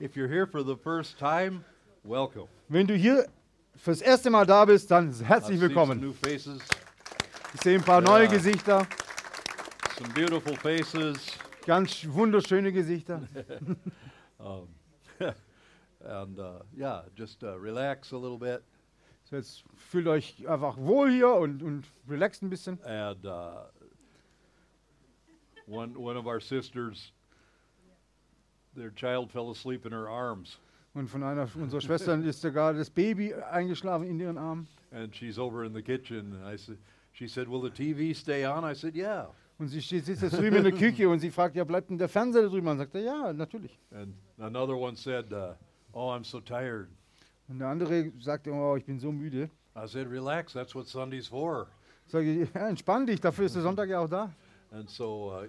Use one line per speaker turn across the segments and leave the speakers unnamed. If you're here for the first time, welcome.
Wenn du hier fürs erste Mal da bist, dann
I've seen
herzlich
some
willkommen.
new faces,
Ich sehe ein paar neue
Ja.
Gesichter,
some beautiful faces,
ganz wunderschöne Gesichter.
and uh, yeah, just uh, relax a little bit
So jetzt fühlt euch einfach wohl hier und, und relaxt ein bisschen.
and uh, one one of our sisters, their child fell asleep in her arms,
Und von einer unserer Schwestern ist sogar das Baby eingeschlafen in ihren Armen.
and she's over in the kitchen. And I said, she said, "Will the TV stay on?" I said, "Yeah."
Und sie steht, sitzt jetzt drüben in der Küche und sie fragt, ja, bleibt denn der Fernseher da drüben? Und sagt er, ja, natürlich.
And another one said, uh, "Oh, I'm so tired."
Und der andere sagt, oh, ich bin so müde.
I said, "Relax. That's what Sunday's for."
Sage ich, ja, entspann dich, dafür ist der Sonntag ja auch da.
And so uh,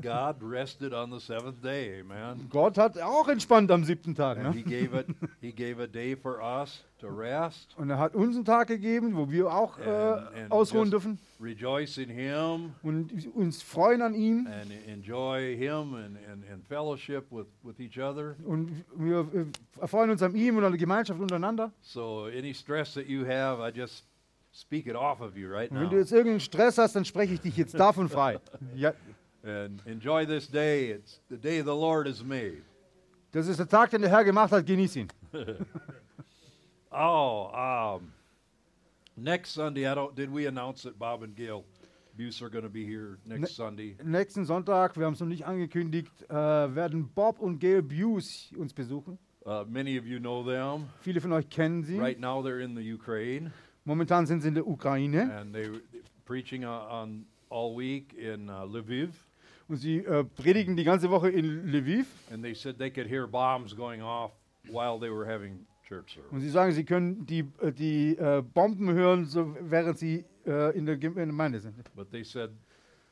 God rested on the seventh day, amen.
Gott hat auch entspannt am siebten Tag.
And He
Ne?
gave it. He gave a day for us to rest,
Und er hat uns einen Tag gegeben, wo wir auch äh,
And- and
ausruhen
just-
dürfen
rejoice in Him,
und uns freuen an ihm
and enjoy Him, and, and, and fellowship with, with each other.
und wir äh, erfreuen uns an ihm und an der Gemeinschaft untereinander.
So any stress that you have, I just speak it off of you right
Und wenn
now,
du jetzt irgendeinen Stress hast, dann spreche ich dich jetzt davon frei. Ja,
and enjoy this day. It's the day the Lord has made.
das ist der Tag, den der Herr gemacht hat, genieß ihn.
Oh, um, next Sunday, I don't. Did we announce that Bob and Gail Buse are going to be here next
Ne-
Sunday?
Nächsten Sonntag, wir haben es noch nicht angekündigt, äh, werden Bob und Gail Buse uns besuchen.
Uh, many of you know them.
Viele von euch kennen sie.
Right now, they're in the Ukraine,
Momentan sind sie in der Ukraine
and they were preaching on, on all week in uh, Lviv.
und sie äh, predigen die ganze Woche in Lviv.
And they said they could hear bombs going off while they were having church service.
Und sie sagen, sie können die, äh, die äh, Bomben hören, so, während sie äh, in der Gem- in der Gemeinde sind.
But they said,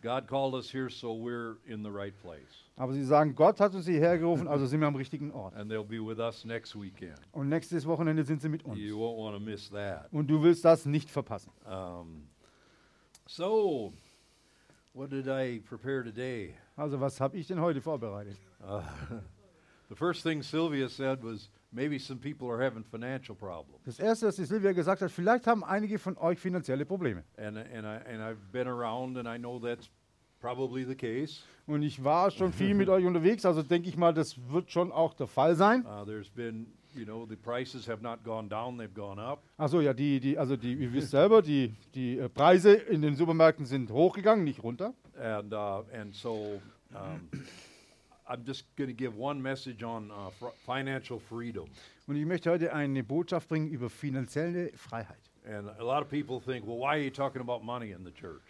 God called us here, so we're in the right place.
Aber sie sagen, Gott hat uns hierher gerufen, also sind wir am richtigen Ort.
And they'll be with us next weekend.
Und nächstes Wochenende sind sie mit uns.
You won't want to miss that.
Und du willst das nicht verpassen.
Um, so, what did I prepare today?
Also was habe ich denn heute vorbereitet?
Uh, the first thing Sylvia said was maybe some people are having financial problems.
Das Erste, was die Silvia gesagt hat, vielleicht haben einige von euch finanzielle Probleme.
And, and, I, and I've been around and I know that's probably the case.
Und ich war schon viel mit euch unterwegs, also denke ich mal, das wird schon auch der Fall sein.
Uh, there's been, you know, the prices have not gone down, they've gone up.
Achso, ja, die, die, also die, ihr wisst selber, die, die äh, Preise in den Supermärkten sind hochgegangen, nicht runter.
And, uh, and so um, I'm just going to give one message on uh, fr- financial freedom.
Und ich möchte heute eine Botschaft bringen über finanzielle Freiheit.
And a lot of people think, well, why are you talking about money in the church?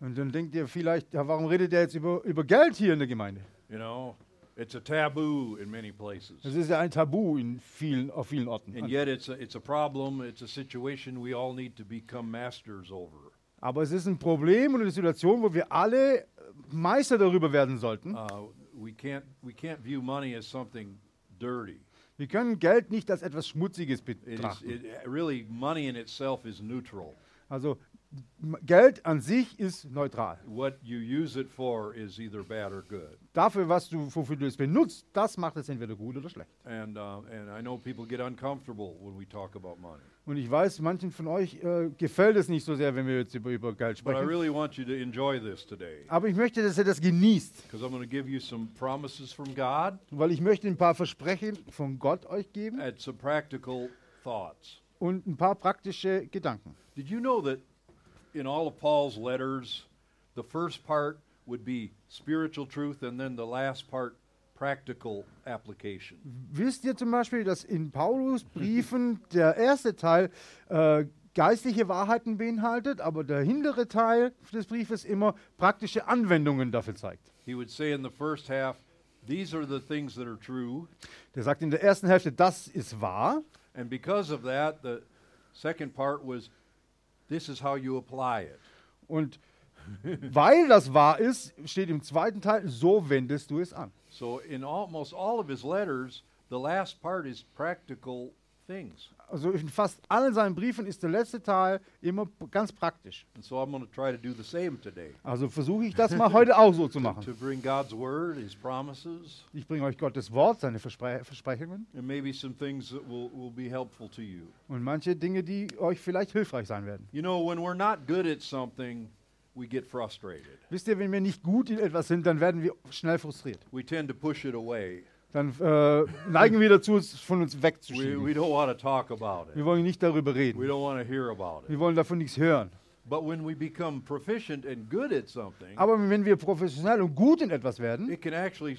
Und dann denkt ihr vielleicht, ja, warum redet ihr jetzt über, über Geld hier in der Gemeinde?
You know, it's a taboo in many places.
Das ist ja ein Tabu in vielen, auf vielen Orten.
And yet, it's a, it's a problem. It's a situation we all need to become masters over.
Aber es ist ein Problem und eine Situation, wo wir alle äh, Meister darüber werden sollten.
Uh, we can't we can't view money as something dirty.
Wir können Geld nicht als etwas Schmutziges
It is
betrachten.
it, really money in itself is neutral.
Also m- Geld an sich ist neutral.
What you use it for is either bad or good.
Dafür, was du, wofür du es benutzt, das macht es entweder gut oder schlecht.
And uh, and I know people get uncomfortable when we talk about money.
Und ich weiß, manchen von euch äh, gefällt es nicht so sehr, wenn wir jetzt über, über Geld
But I
sprechen.
really want you to enjoy this today
Aber ich möchte, dass ihr das genießt.
because I'm going to give you some promises from God
Weil ich möchte ein paar Versprechen von Gott euch geben
and some practical thoughts.
und ein paar praktische Gedanken.
Did you know that in all of Paul's letters, the first part would be spiritual truth and then the last part practical application?
Mm-hmm. Wisst ihr zum Beispiel, dass in Paulus Briefen der erste Teil äh, geistliche Wahrheiten beinhaltet, aber der hintere Teil des Briefes immer praktische Anwendungen dafür zeigt?
He would say in the first half, these are the things that are true,
Der sagt in der ersten Hälfte, das ist wahr.
and because of that, the second part was this is how you apply it.
Und weil das wahr ist, steht im zweiten Teil, so wendest du es an.
So in almost all of his letters, the last part is practical things.
Also in fast allen seinen Briefen ist der letzte Teil immer p- ganz praktisch.
And so I'm going to try to do the same today
Also versuche ich das mal heute auch so zu machen.
to bring God's word, his promises,
Ich bringe euch Gottes Wort, seine Verspre Versprechungen
and maybe some things that will, will be helpful to you.
und manche Dinge, die euch vielleicht hilfreich sein werden.
You know, when we're not good at something, we get frustrated.
Wisst ihr, wenn wir nicht gut in etwas sind, dann werden wir schnell frustriert.
We tend to push it away.
Dann äh, neigen wir dazu, es von uns
We,
wegzuschieben.
we don't want to talk about
Wir
it.
wollen nicht darüber
We
reden.
don't want to hear about it.
Wir wollen davon nichts hören.
But when we become proficient and good at something,
Aber wenn wir professionell und gut in etwas werden,
it can actually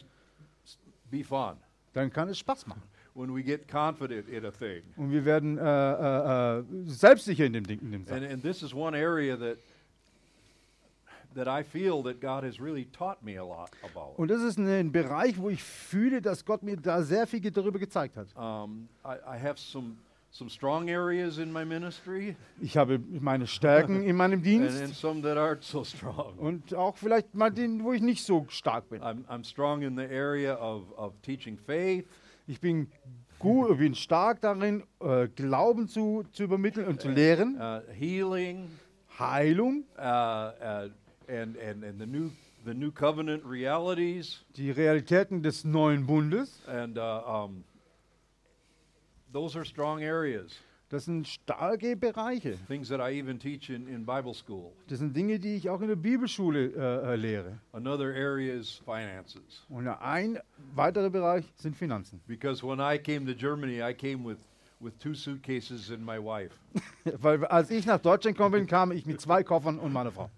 s- be fun
dann kann es Spaß machen.
when we get confident in a thing.
Und wir werden äh, äh, äh, selbstsicher in dem Ding. In dem
And,
Sachen.
and this is one area that that I feel that God has really taught me a lot about.
Und das ist ein Bereich, wo ich fühle, dass Gott mir da sehr viel darüber gezeigt hat.
Um, I, I have some some strong areas in my ministry,
Ich habe meine Stärken in meinem
and, and
Dienst
some that aren't so strong.
und auch vielleicht mal den, wo ich nicht so stark bin.
I'm I'm strong in the area of of teaching faith,
Ich bin gut, bin stark darin, äh, Glauben zu, zu übermitteln und zu lehren,
uh, healing,
Heilung,
uh, uh, and and and the new the new covenant realities,
die Realitäten des neuen Bundes.
and uh, um, those are strong areas.
Das sind starke Bereiche.
Things that I even teach in, in Bible school.
Das sind Dinge, die ich auch in der Bibelschule äh, äh, lehre.
Another area is finances.
Und ein weiterer Bereich sind Finanzen.
Because when I came to Germany, I came with, with two suitcases and my wife.
Weil als ich nach Deutschland gekommen bin, kam ich mit zwei Koffern und meiner Frau.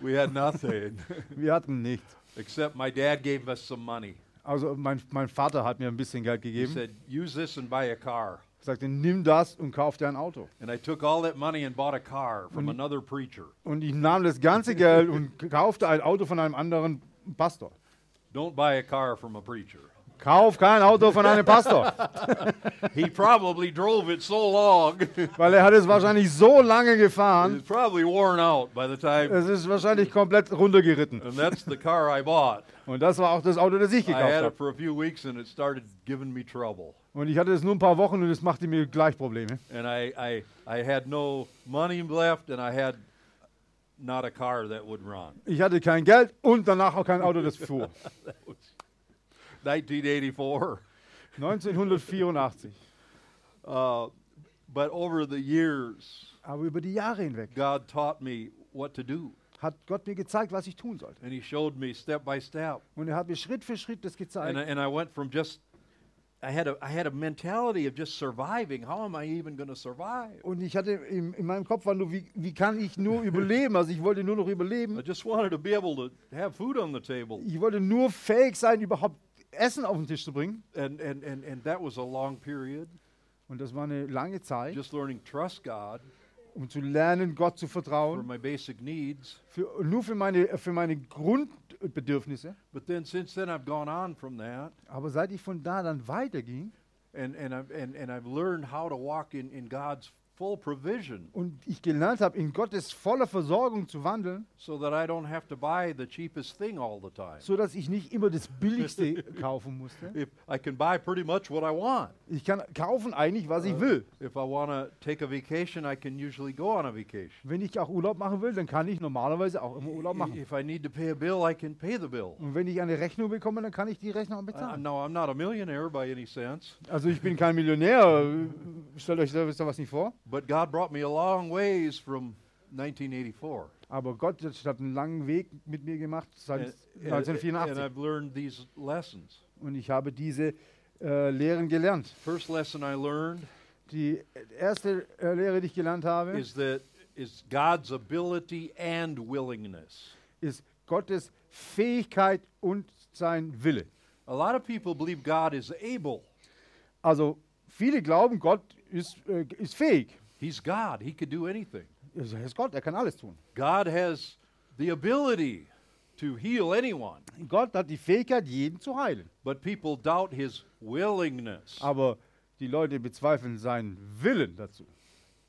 We had nothing,
Wir hatten nichts.
except my dad gave us some money.
Also mein, mein Vater hat mir ein bisschen Geld
He
gegeben.
said, use this and buy a car.
sagte, nimm das und kauf dir ein Auto.
And I took all that money and bought a car from another preacher.
Und ich nahm das ganze Geld und kaufte ein Auto von einem anderen Pastor.
Don't buy a car from a preacher.
Kauf kein Auto von einem Pastor,
He probably drove it so long,
weil er hat es wahrscheinlich so lange gefahren,
it's probably worn out by the time.
es ist wahrscheinlich komplett runtergeritten.
And that's the car I bought.
Und das war auch das Auto, das ich
I
gekauft
had it
habe.
for a few weeks and it started giving me trouble.
Und ich hatte es nur ein paar Wochen und es machte mir gleich Probleme.
and I, I I had no money left, and I had not a car that would run.
Ich hatte kein Geld und danach auch kein Auto, das fuhr.
1984.
1984.
Uh, but over the years,
Aber über die Jahre hinweg
God taught me what to do,
hat Gott mir gezeigt, was ich tun sollte.
and He showed me step by step.
Und er hat mir Schritt für Schritt das gezeigt.
And I, and I went from just I had a I had a mentality of just surviving. How am I even going to survive?
Und ich hatte im, in meinem Kopf war nur, wie, wie kann ich nur überleben? Also ich wollte nur noch
I
überleben.
just wanted to be able to have food on the table,
Ich wollte nur fähig sein, überhaupt Essen auf den Tisch zu bringen.
and and and, and that was a long period.
Und das war eine lange Zeit,
Just learning trust God
um zu lernen, Gott zu
for
vertrauen.
my basic needs.
Für, nur für meine, für meine Grundbedürfnisse.
But then since then I've gone on from that
Aber seit ich von da dann weiterging
and, and I've and, and I've learned how to walk in, in God's full provision
und ich gelernt habe, in Gottes voller Versorgung zu wandeln,
so that I don't have to buy the cheapest thing all the time.
so dass ich nicht immer das Billigste kaufen musste.
If I can buy pretty much what I want.
Ich kann kaufen eigentlich, was ich will.
Uh, If I want to take a vacation, I can usually go on a vacation.
Wenn ich auch Urlaub machen will, dann kann ich normalerweise auch immer Urlaub
I-
machen.
If I need to pay a bill, I can pay the bill.
Und wenn ich eine Rechnung bekomme, dann kann ich die Rechnung auch
I,
bezahlen.
no, I'm not a millionaire by any sense,
Also ich bin kein Millionär. äh, Stellt euch da was nicht vor.
but God brought me a long ways from 1984.
Aber Gott das hat einen langen Weg mit mir gemacht seit
And, and- and
1984.
I've learned these lessons.
Und ich habe diese äh, Lehren gelernt.
First lesson I learned
Die erste äh, Lehre, die ich gelernt habe,
is that is God's ability and willingness.
ist Gottes Fähigkeit und sein Wille.
A lot of people believe God is able.
Also viele glauben, Gott ist, äh, ist fähig.
He's God. He could do anything.
Also Er ist Gott, er kann alles tun.
God has the ability to heal anyone,
Gott hat die Fähigkeit, jeden zu heilen.
but people doubt his willingness.
Aber die Leute bezweifeln seinen Willen dazu.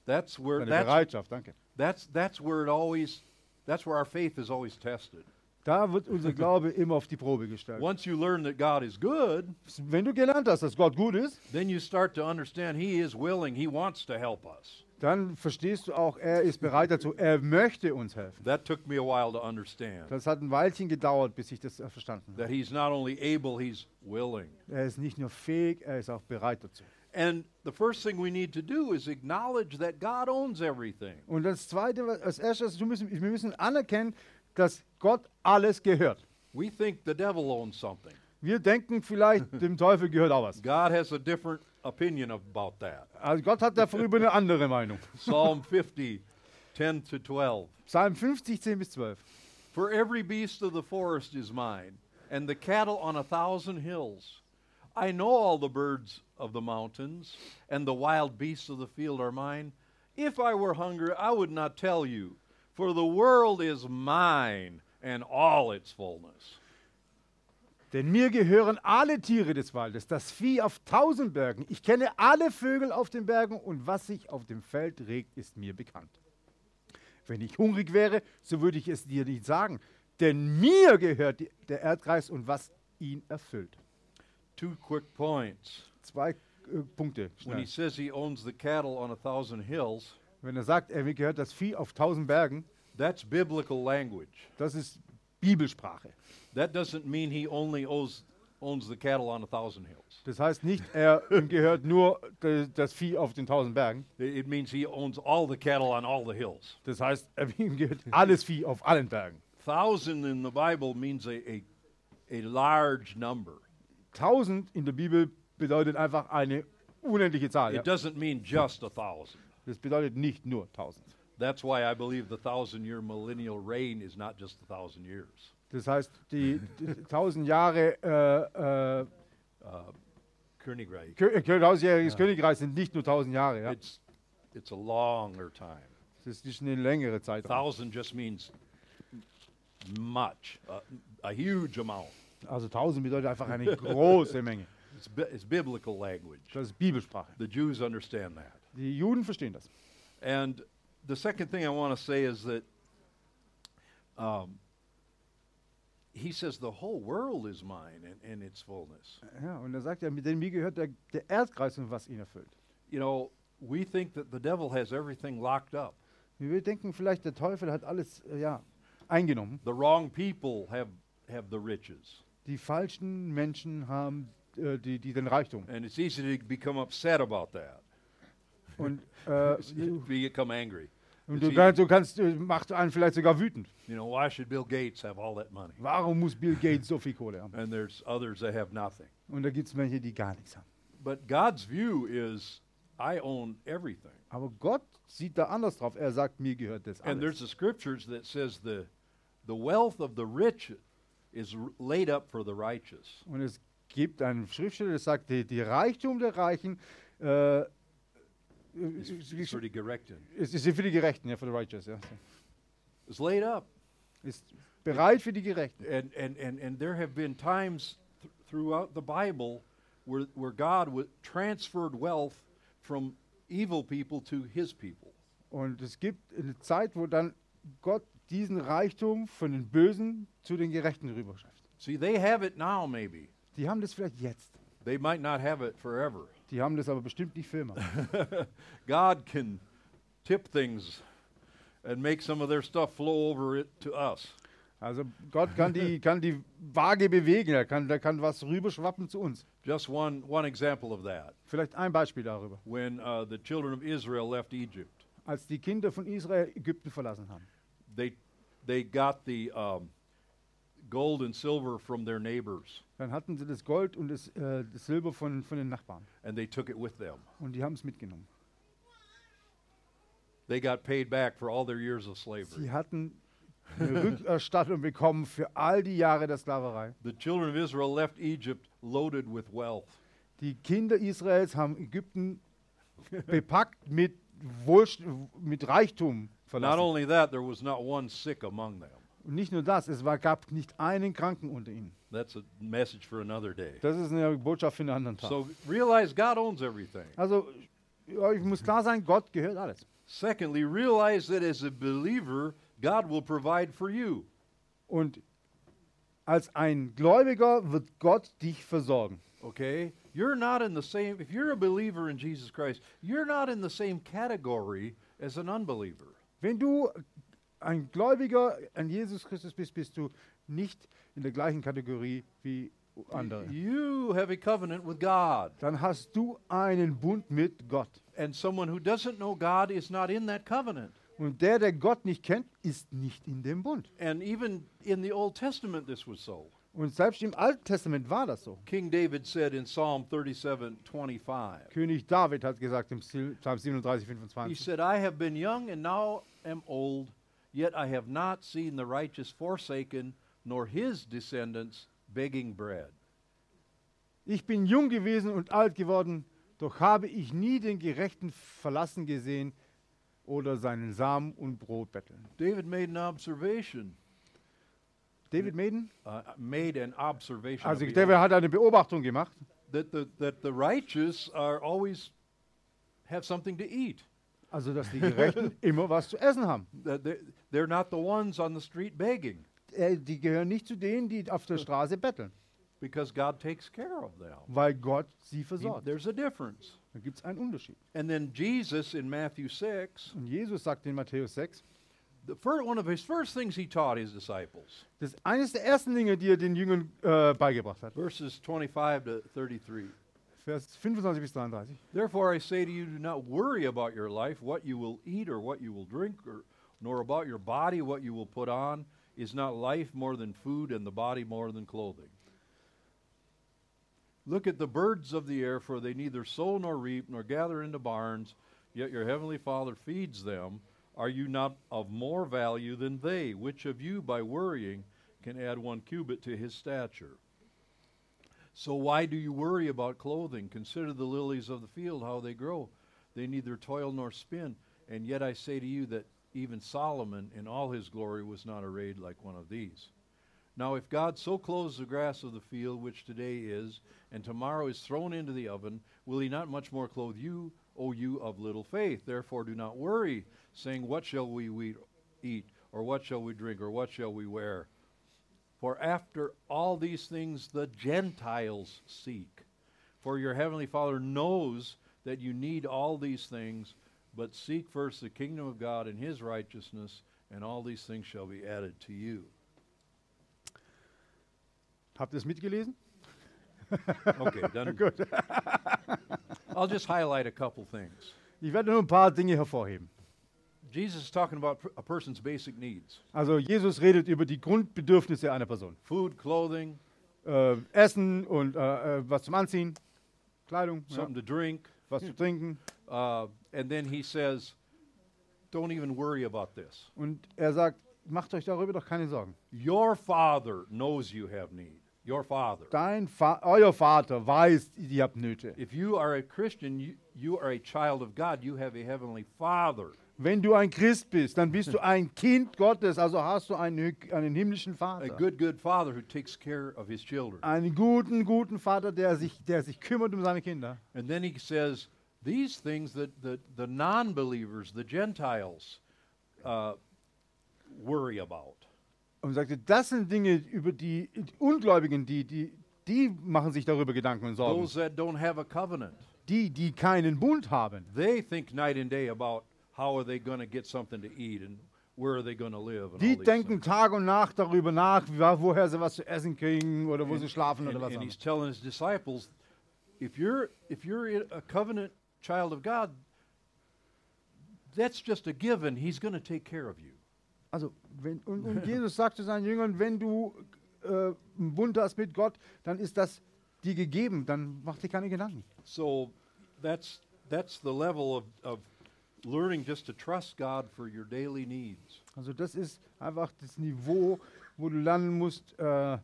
That's where
Seine
that's,
Bereitschaft, danke.
that's that's where it always that's where our faith is always tested.
Da wird unser Glaube immer auf die Probe gestellt.
Once you learn that God is good,
Wenn du gelernt hast, dass Gott gut ist,
then you start to understand He is willing, He wants to help us.
dann verstehst du auch, er ist bereit dazu, er möchte uns helfen.
That took me a while to understand
Das hat ein Weilchen gedauert, bis ich das äh, verstanden habe.
that He's not only able, He's willing.
Er ist nicht nur fähig, er ist auch bereit dazu.
And the first thing we need to do is acknowledge that God owns everything.
Und das Zweite, was- als erstes, du müssen, wir müssen anerkennen, dass Gott alles gehört.
We think the devil owns something.
Wir denken vielleicht, dem Teufel gehört auch was.
God has a different opinion about that.
Also Gott hat darüber eine andere Meinung.
Psalm 50, 10 to 12.
Psalm 50, 10 bis 12.
For every beast of the forest is mine, and the cattle on a thousand hills. I know all the birds of the mountains, and the wild beasts of the field are mine. If I were hungry, I would not tell you, for the world is mine and all its fullness.
Denn mir gehören alle Tiere des Waldes, das Vieh auf tausend Bergen. Ich kenne alle Vögel auf den Bergen und was sich auf dem Feld regt, ist mir bekannt. Wenn ich hungrig wäre, so würde ich es dir nicht sagen. Denn mir gehört die, der Erdkreis und was ihn erfüllt.
Two quick points.
Zwei äh, Punkte.
When
Schnell.
he says he owns the cattle on a thousand hills,
Wenn er sagt, er mir gehört das Vieh auf tausend Bergen,
that's biblical language.
das ist Bibelsprache.
That doesn't mean he only owes, owns the cattle on a thousand hills.
Das heißt nicht, er ihm gehört nur d- das Vieh auf den tausend Bergen.
It it means he owns all the cattle on all the hills.
Das heißt, er ihm gehört alles Vieh auf allen Bergen.
Thousand in the Bible means a, a, a large number.
1000 in der Bibel bedeutet einfach eine unendliche Zahl. Ja.
It doesn't mean just a thousand.
Das bedeutet nicht nur 1000.
That's why I believe the thousand year millennial reign is not just a thousand years.
Das heißt, die die 1000 Jahre äh, äh,
Königreich.
Kö- äh, 1000-jähriges Königreich sind nicht nur 1000 Jahre. Ja.
It's, it's a longer time.
Das ist eine längere Zeit.
Thousand just means much, a, a huge amount.
Also 1000 bedeutet einfach eine große Menge.
It's, bi- it's biblical language.
Das ist Bibelsprache.
The Jews understand that.
Die Juden verstehen das.
And the second thing I want to say is that um, he says the whole world is mine and, and its fullness.
Ja, und er sagt ja, mit dem mir gehört der, der Erdkreis und was ihn erfüllt.
You know, we think that the devil has everything locked up.
Wir denken vielleicht, der Teufel hat alles äh, ja, eingenommen.
The wrong people have have the riches,
Die falschen Menschen haben äh, die, die den Reichtum.
and it's easy to become upset about that.
Und äh,
We become angry.
Und
It's
du
easy.
kannst, du kannst, äh, macht einen vielleicht sogar wütend.
You know, why should Bill Gates have all that money?
Warum muss Bill Gates so viel Kohle haben?
And there's others that have nothing.
Und da gibt es welche, die gar nichts haben.
But God's view is, I own everything.
Aber Gott sieht da anders drauf. Er sagt, mir gehört das
And
alles.
there's the scriptures that says the, the wealth of the rich is r- laid up for the righteous.
Und es gibt einen Schriftsteller, der sagt, die, die Reichtum der Reichen äh, äh,
It's,
ist,
pretty corrected.
ist, ist für die Gerechten, ja, für die Righteous. Ja.
It's laid up.
Ist bereit für die Gerechten.
And, and, and, and there have been times th- throughout the Bible where, where God w- transferred wealth from evil people to his people.
Und es gibt eine Zeit, wo dann Gott diesen Reichtum von den Bösen zu den Gerechten rüberschafft.
See, they have it now, maybe.
Die haben das vielleicht jetzt.
They might not have it forever.
Die haben das aber bestimmt nicht für immer.
God can tip things and make some of their stuff flow over it to us.
Also Gott kann die, kann die Waage bewegen, er kann, er kann was rüberschwappen zu uns.
Just one, one example of that.
Vielleicht ein Beispiel darüber.
when uh, the children of Israel left Egypt.
Als die Kinder von Israel Ägypten verlassen haben,
They, they got the um, gold and silver from their neighbors,
dann hatten sie das Gold und das, äh, das Silber von, von den Nachbarn.
and they took it with them.
Und die haben es mitgenommen.
They got paid back for all their years of slavery.
Sie hatten eine Rückerstattung bekommen für all die Jahre der Sklaverei.
The children of Israel left Egypt loaded with wealth.
Die Kinder Israels haben Ägypten bepackt mit, Wohlst mit Reichtum
Not
verlassen.
only that, there was not one sick among them.
Und nicht nur das, es war, gab nicht einen Kranken unter ihnen.
That's a message for another day.
Das ist eine Botschaft für einen anderen Tag.
So realize God owns everything.
Also, ja, ich muss klar sein, Gott gehört alles.
Secondly, realize that as a believer, God will provide for you.
Und Als ein Gläubiger wird Gott dich versorgen.
Okay? You're not in the same, if you're a believer in Jesus Christ, you're not in the same category as an unbeliever.
Wenn du ein Gläubiger an Jesus Christus bist, bist du nicht in der gleichen Kategorie wie andere.
You have a covenant with God,
Dann hast du einen Bund mit Gott.
and someone who doesn't know God is not in that covenant.
Und der, der Gott nicht kennt, ist nicht in dem Bund.
And even in the Old Testament, this was so.
Und selbst im Alten Testament war das so.
King David said in Psalm 37 25,
König David hat gesagt im Sil- Psalm 37,
He
25,
said, I have been young and now am old, yet I have not seen the righteous forsaken, nor his descendants begging bread.
ich bin jung gewesen und alt geworden, doch habe ich nie den Gerechten verlassen gesehen oder seinen Samen und Brot betteln.
David made an observation,
David Maiden?
uh, made an observation
Also
of the
David hat eine Beobachtung gemacht,
old- that, the, that the righteous are always have something to eat.
also dass die Gerechten immer was zu essen haben.
That they- they're not the ones on the street begging
Äh, Die gehören nicht zu denen, die auf der Straße betteln,
because God takes care of them.
weil Gott sie
He-
versorgt.
there's a difference.
Da gibt es einen Unterschied.
And then Jesus in Matthew 6,
Und Jesus sagt in Matthäus 6,
the fir- one of his first things he taught his disciples
das ist eines der ersten Dinge, die er den Jüngern äh, beigebracht hat.
verses 25 to 33.
Vers 25 bis 33.
Therefore I say to you, do not worry about your life, what you will eat or what you will drink, or, nor about your body, what you will put on. Is not life more than food and the body more than clothing? Look at the birds of the air, for they neither sow nor reap nor gather into barns, yet your heavenly Father feeds them. Are you not of more value than they? Which of you, by worrying, can add one cubit to his stature? So why do you worry about clothing? Consider the lilies of the field, how they grow. They neither toil nor spin. And yet I say to you that even Solomon in all his glory was not arrayed like one of these. Now, if God so clothes the grass of the field, which today is, and tomorrow is thrown into the oven, will he not much more clothe you, O you of little faith? Therefore, do not worry, saying, What shall we we- eat, or what shall we drink, or what shall we wear? For after all these things the Gentiles seek. For your heavenly Father knows that you need all these things, but seek first the kingdom of God and his righteousness, and all these things shall be added to you.
Habt ihr es mitgelesen?
Okay, done. Good. I'll just highlight a couple things.
Ich werde nur ein paar Dinge hervorheben.
Jesus is talking about per- a person's basic needs
Also Jesus redet über die Grundbedürfnisse einer Person.
food, clothing,
Äh, Essen und äh, äh, was zum Anziehen, Kleidung, ja,
something to drink.
was zu trinken.
Uh, and then he says, Don't even worry about this.
Und er sagt, macht euch darüber doch keine Sorgen.
Your Father knows you have need. Your Father.
Dein Fa euer Vater weiß, ihr habt Nöte.
If you are a Christian, you, you are a child of God. You have a heavenly Father.
Wenn du ein Christ bist, dann bist du ein Kind Gottes, also hast du einen, hü- einen himmlischen
A
Vater.
good, good Father who takes care of his children.
Einen guten, guten Vater, der sich, der sich kümmert um seine Kinder.
And then he says, these things that the, the non believers, the Gentiles, uh, worry about.
Und sagte, das sind Dinge über die die Ungläubigen, die, die, die machen sich darüber Gedanken und Sorgen.
Those that don't have a covenant,
Die, die keinen Bund haben.
they think night and day about how are they going to get something to eat and where are they going to live. And all
Die
these
denken
things.
Tag und Nacht darüber nach, wa- woher sie was zu essen kriegen oder wo sie schlafen
And,
oder was
and
auch
he's telling his disciples, if you're, if you're i- a covenant child of God, that's just a given. He's going to take care of you.
Also, wenn, und, und Jesus sagt zu seinen Jüngern, wenn du äh, einen Bund hast mit Gott, dann ist das dir gegeben, dann mach dir keine Gedanken.
So that's that's the level of, of learning just to trust God for your daily needs.
Also das ist einfach das Niveau, wo du lernen musst, äh,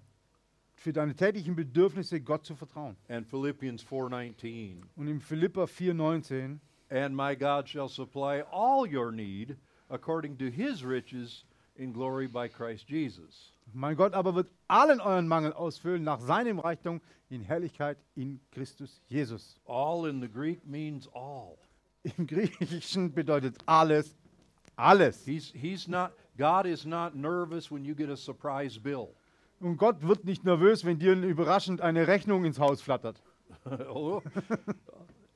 für deine täglichen Bedürfnisse Gott zu vertrauen.
And Philippians 4:19,
Und im Philippa 4,19,
and my God shall supply all your need according to his riches in glory by Christ Jesus.
mein Gott aber wird allen euren Mangel ausfüllen nach seinem Reichtum in Herrlichkeit in Christus Jesus.
All in the Greek means all.
Im Griechischen bedeutet alles, alles.
He's he's not God is not nervous when you get a surprise bill.
Und Gott wird nicht nervös, wenn dir überraschend eine Rechnung ins Haus flattert.
Oh.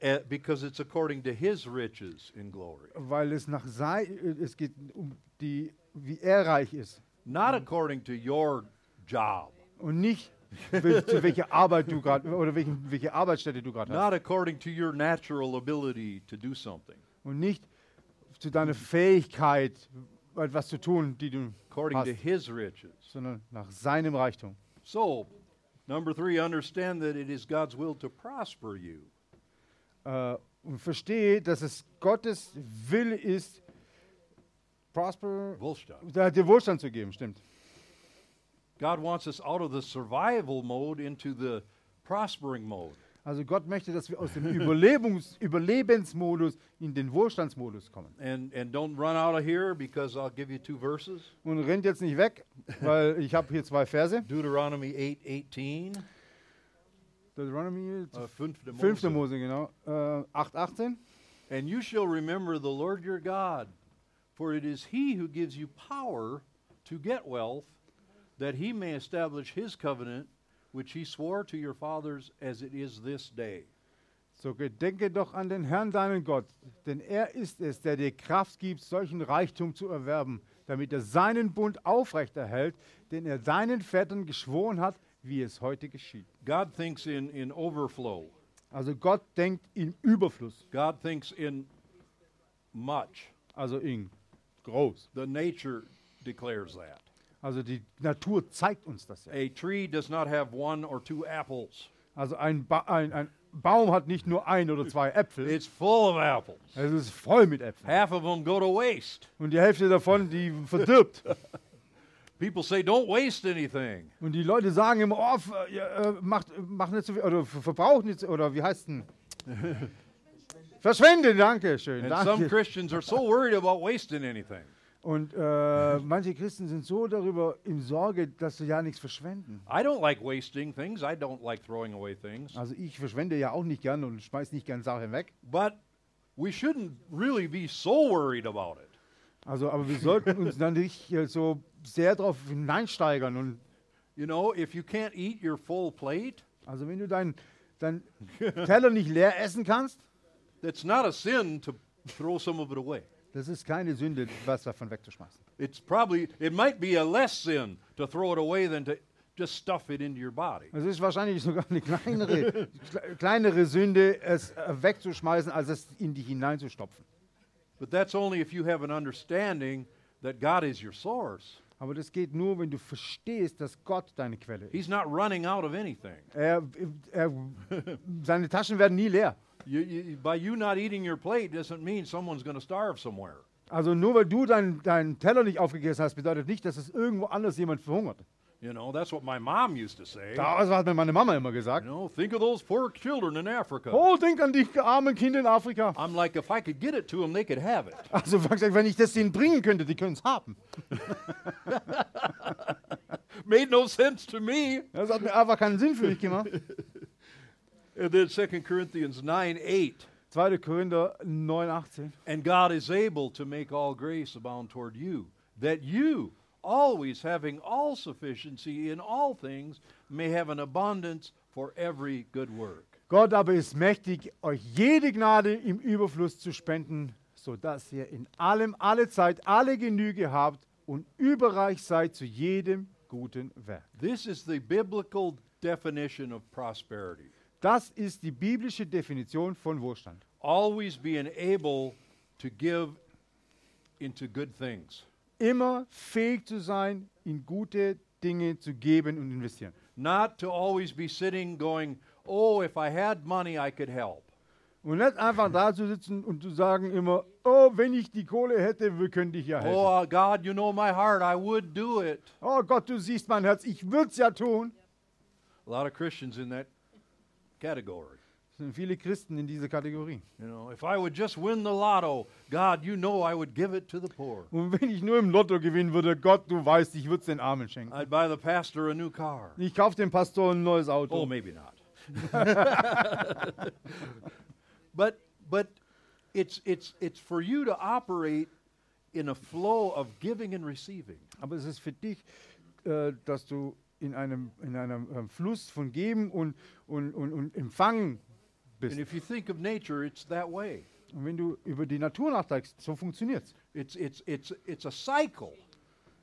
Uh, because it's according to his riches in glory,
Weil es nach sei, es geht um die, wie er reich ist.
not according to your job,
Und nicht, wel- zu welcher Arbeit du gerade, oder welchen, welche Arbeitsstätte du gerade hast.
not according to your natural ability to do something,
Und nicht zu deiner Fähigkeit, etwas zu tun, die du
according to
hast,
his riches.
sondern nach seinem Reichtum.
So, number three, understand that it is God's will to prosper you.
Äh, und verstehe, dass es Gottes Wille ist, Prosper,
Wohlstand.
da dir Wohlstand zu geben, stimmt.
God wants us out of the survival mode into the prospering mode.
Also Gott möchte, dass wir aus dem Überlebungs Überlebensmodus in den Wohlstandsmodus kommen.
And, and don't run out of here because I'll give you two verses.
Und rennt jetzt nicht weg, weil ich habe hier zwei Verse.
Deuteronomy 8, 18.
Deuteronomy,
Uh, 5. Mose.
5. Äh, Mose, genau, äh, 8, 18.
And you shall remember the Lord your God, for it is he who gives you power to get wealth, that he may establish his covenant, which he swore to your fathers as it is this day.
So gedenke doch an den Herrn, deinen Gott, denn er ist es, der dir Kraft gibt, solchen Reichtum zu erwerben, damit er seinen Bund aufrechterhält, den er deinen Vätern geschworen hat, wie es heute geschieht.
God thinks in, in overflow.
Also Gott denkt in Überfluss,
God thinks in much.
also in groß.
The nature declares that.
Also die Natur zeigt uns das ja.
A tree does not have one or two apples,
Also ein, ba ein, ein Baum hat nicht nur ein oder zwei Äpfel.
it's full of apples.
Es ist voll mit Äpfeln.
Half of them go to waste.
Und die Hälfte davon, die verdirbt.
People say, don't waste anything.
Und die Leute sagen immer, oh, f- ja, äh, macht, macht nicht zu viel, oder ver- verbraucht nicht, zu- oder wie heißt denn? Verschwenden, danke schön.
And some
Danke.
Christians are so worried about wasting anything.
Und äh, manche Christen sind so darüber in Sorge, dass sie ja nichts verschwenden.
I don't like wasting things. I don't like throwing away things.
Also ich verschwende ja auch nicht gern und schmeiß nicht gern Sachen weg.
But we shouldn't really be so worried about it.
Also, aber wir sollten uns dann nicht äh, so sehr darauf hineinsteigern und
You know, if you can't eat your full plate,
Also wenn du deinen dein Teller nicht leer essen kannst,
that's not a sin to throw some of it away.
das ist keine Sünde, was davon wegzuschmeißen.
It's probably, it might be a less sin to throw it away than to just stuff it into your body.
Es ist wahrscheinlich sogar eine kleinere, kle- kleinere Sünde, es äh, wegzuschmeißen, als es in dich hineinzustopfen.
But that's only if you have an understanding that God is your source.
Aber das geht nur, wenn du verstehst, dass Gott deine Quelle ist.
He's not running out of anything.
Er, er, seine Taschen werden nie leer.
You, you, by you not eating your plate doesn't mean someone's going to starve somewhere.
Also nur weil du deinen deinen Teller nicht aufgegessen hast, bedeutet nicht, dass es irgendwo anders jemand verhungert.
You know, that's what my mom used to say.
Das hat mir meine Mama immer
You
gesagt.
know, think of those poor children in Africa.
Oh, denk an die armen Kinder in Afrika.
I'm like, if I could get it to them, they could have it.
Also gesagt, wenn ich das denen bringen könnte, die können es haben.
Made no sense to me.
Das hat mir einfach keinen Sinn für mich gemacht.
And then 2 Corinthians 9 8.
2. Korinther 9, 18.
And God is able to make all grace abound toward you, that you, always having all sufficiency in all things, may have an abundance for every good work.
Gott aber ist mächtig, euch jede Gnade im Überfluss zu spenden, sodass ihr in allem, alle Zeit, alle Genüge habt und überreich seid zu jedem guten Werk.
This is the biblical definition of prosperity
Das ist die biblische Definition von Wohlstand.
always being able to give into good things.
Immer fähig zu sein, in gute Dinge zu geben und investieren.
not to always be sitting going, oh, if I had money, I could help.
Und nicht einfach da zu sitzen und zu sagen immer, oh, wenn ich die Kohle hätte, wir könnten dich ja helfen.
Oh, uh, God, you know my heart, I would do it.
Oh Gott, du siehst mein Herz, ich würde es ja tun.
A lot of Christians in that category.
Es sind viele Christen in dieser Kategorie.
You know, if I would just win the lotto, God, you know I would give it to the poor.
Und wenn ich nur im Lotto gewinnen würde, Gott, du weißt, ich würde es den Armen schenken.
I'd buy the pastor a new car.
Ich kaufe dem Pastor ein neues
Oh,
Auto.
maybe not. but but it's it's it's for you to operate in a flow of giving and receiving.
Aber es ist für dich, äh, dass du in einem, in einem ähm, Fluss von Geben und, und, und, und Empfangen bist.
And if you think of nature, it's that way.
Und wenn du über die Natur nachdenkst, so funktioniert es.
It's, it's, it's, it's a cycle,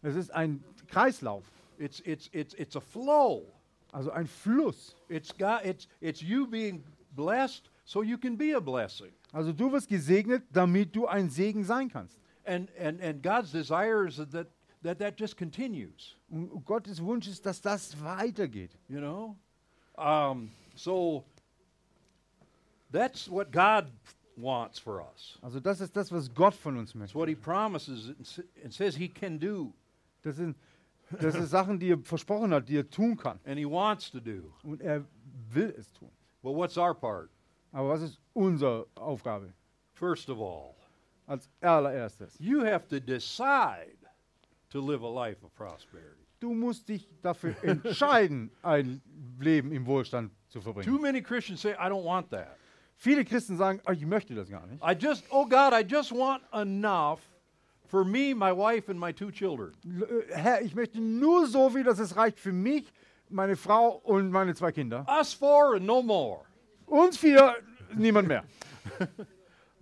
Es ist ein Kreislauf,
it's, it's, it's, it's a flow.
also ein Fluss.
It's, got, it's, it's you being blessed so you can be a blessing.
Also du wirst gesegnet, damit du ein Segen sein kannst.
And, and, and God's desire is that, that that just continues,
Und Gottes Wunsch ist, dass das weitergeht.
you know? Um, so that's what God wants for us.
Also das ist das, was Gott von uns
It's
möchte.
what He promises and s- and says He can do
Das sind, das sind Sachen, die er versprochen hat, die er tun kann.
and He wants to do.
Und er will es tun.
But what's our part?
Aber was ist unsere Aufgabe?
First of all,
Als allererstes.
you have to decide to live a life of prosperity.
Du musst dich dafür entscheiden, ein Leben im Wohlstand zu verbringen.
Too many Christians say, I don't want that.
Viele Christen sagen, "Ah, ich möchte das gar nicht.
I just, oh God, I just want enough for me, my wife, and my two children.
L- äh, Herr, ich möchte nur so viel, dass es reicht für mich, meine Frau und meine zwei Kinder.
Us four and no more.
Uns vier, niemand mehr.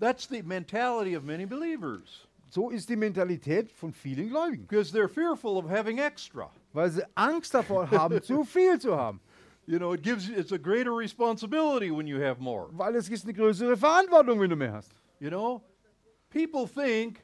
That's the mentality of many believers
So ist die Mentalität von vielen Gläubigen,
because they're fearful of having extra.
weil sie Angst davor haben, zu viel zu haben.
You know, it gives you, it's a greater responsibility when you have more.
Weil es ist eine größere Verantwortung, wenn du mehr hast.
You know, people think,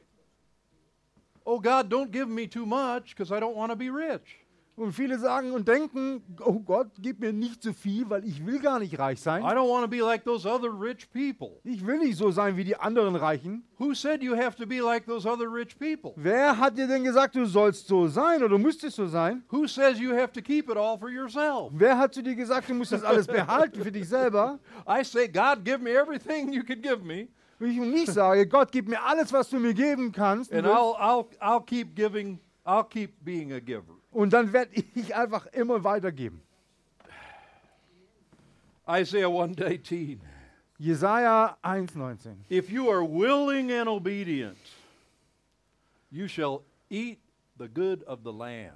oh God, don't give me too much because I don't want to be rich.
Und viele sagen und denken, oh Gott, gib mir nicht zu viel, weil ich will gar nicht reich
I
sein.
don't want to be like those other rich people.
Ich will nicht so sein wie die anderen Reichen.
Who said you have to be like those other rich people?
Wer hat dir denn gesagt, du sollst so sein oder du müsstest so sein?
Who says you have to keep it all for yourself?
Wer hat zu dir gesagt, du musst das alles behalten für dich selber?
I say, God, give me everything you can give me,
Und ich, und ich sage, Gott, gib mir alles, was du mir geben kannst.
and I'll, I'll, I'll keep giving, I'll keep being a giver.
Und dann werde ich einfach immer weitergeben.
Isaiah 1:18.
Jesaja 1,19.
If you are willing and obedient, you shall eat the good of the land.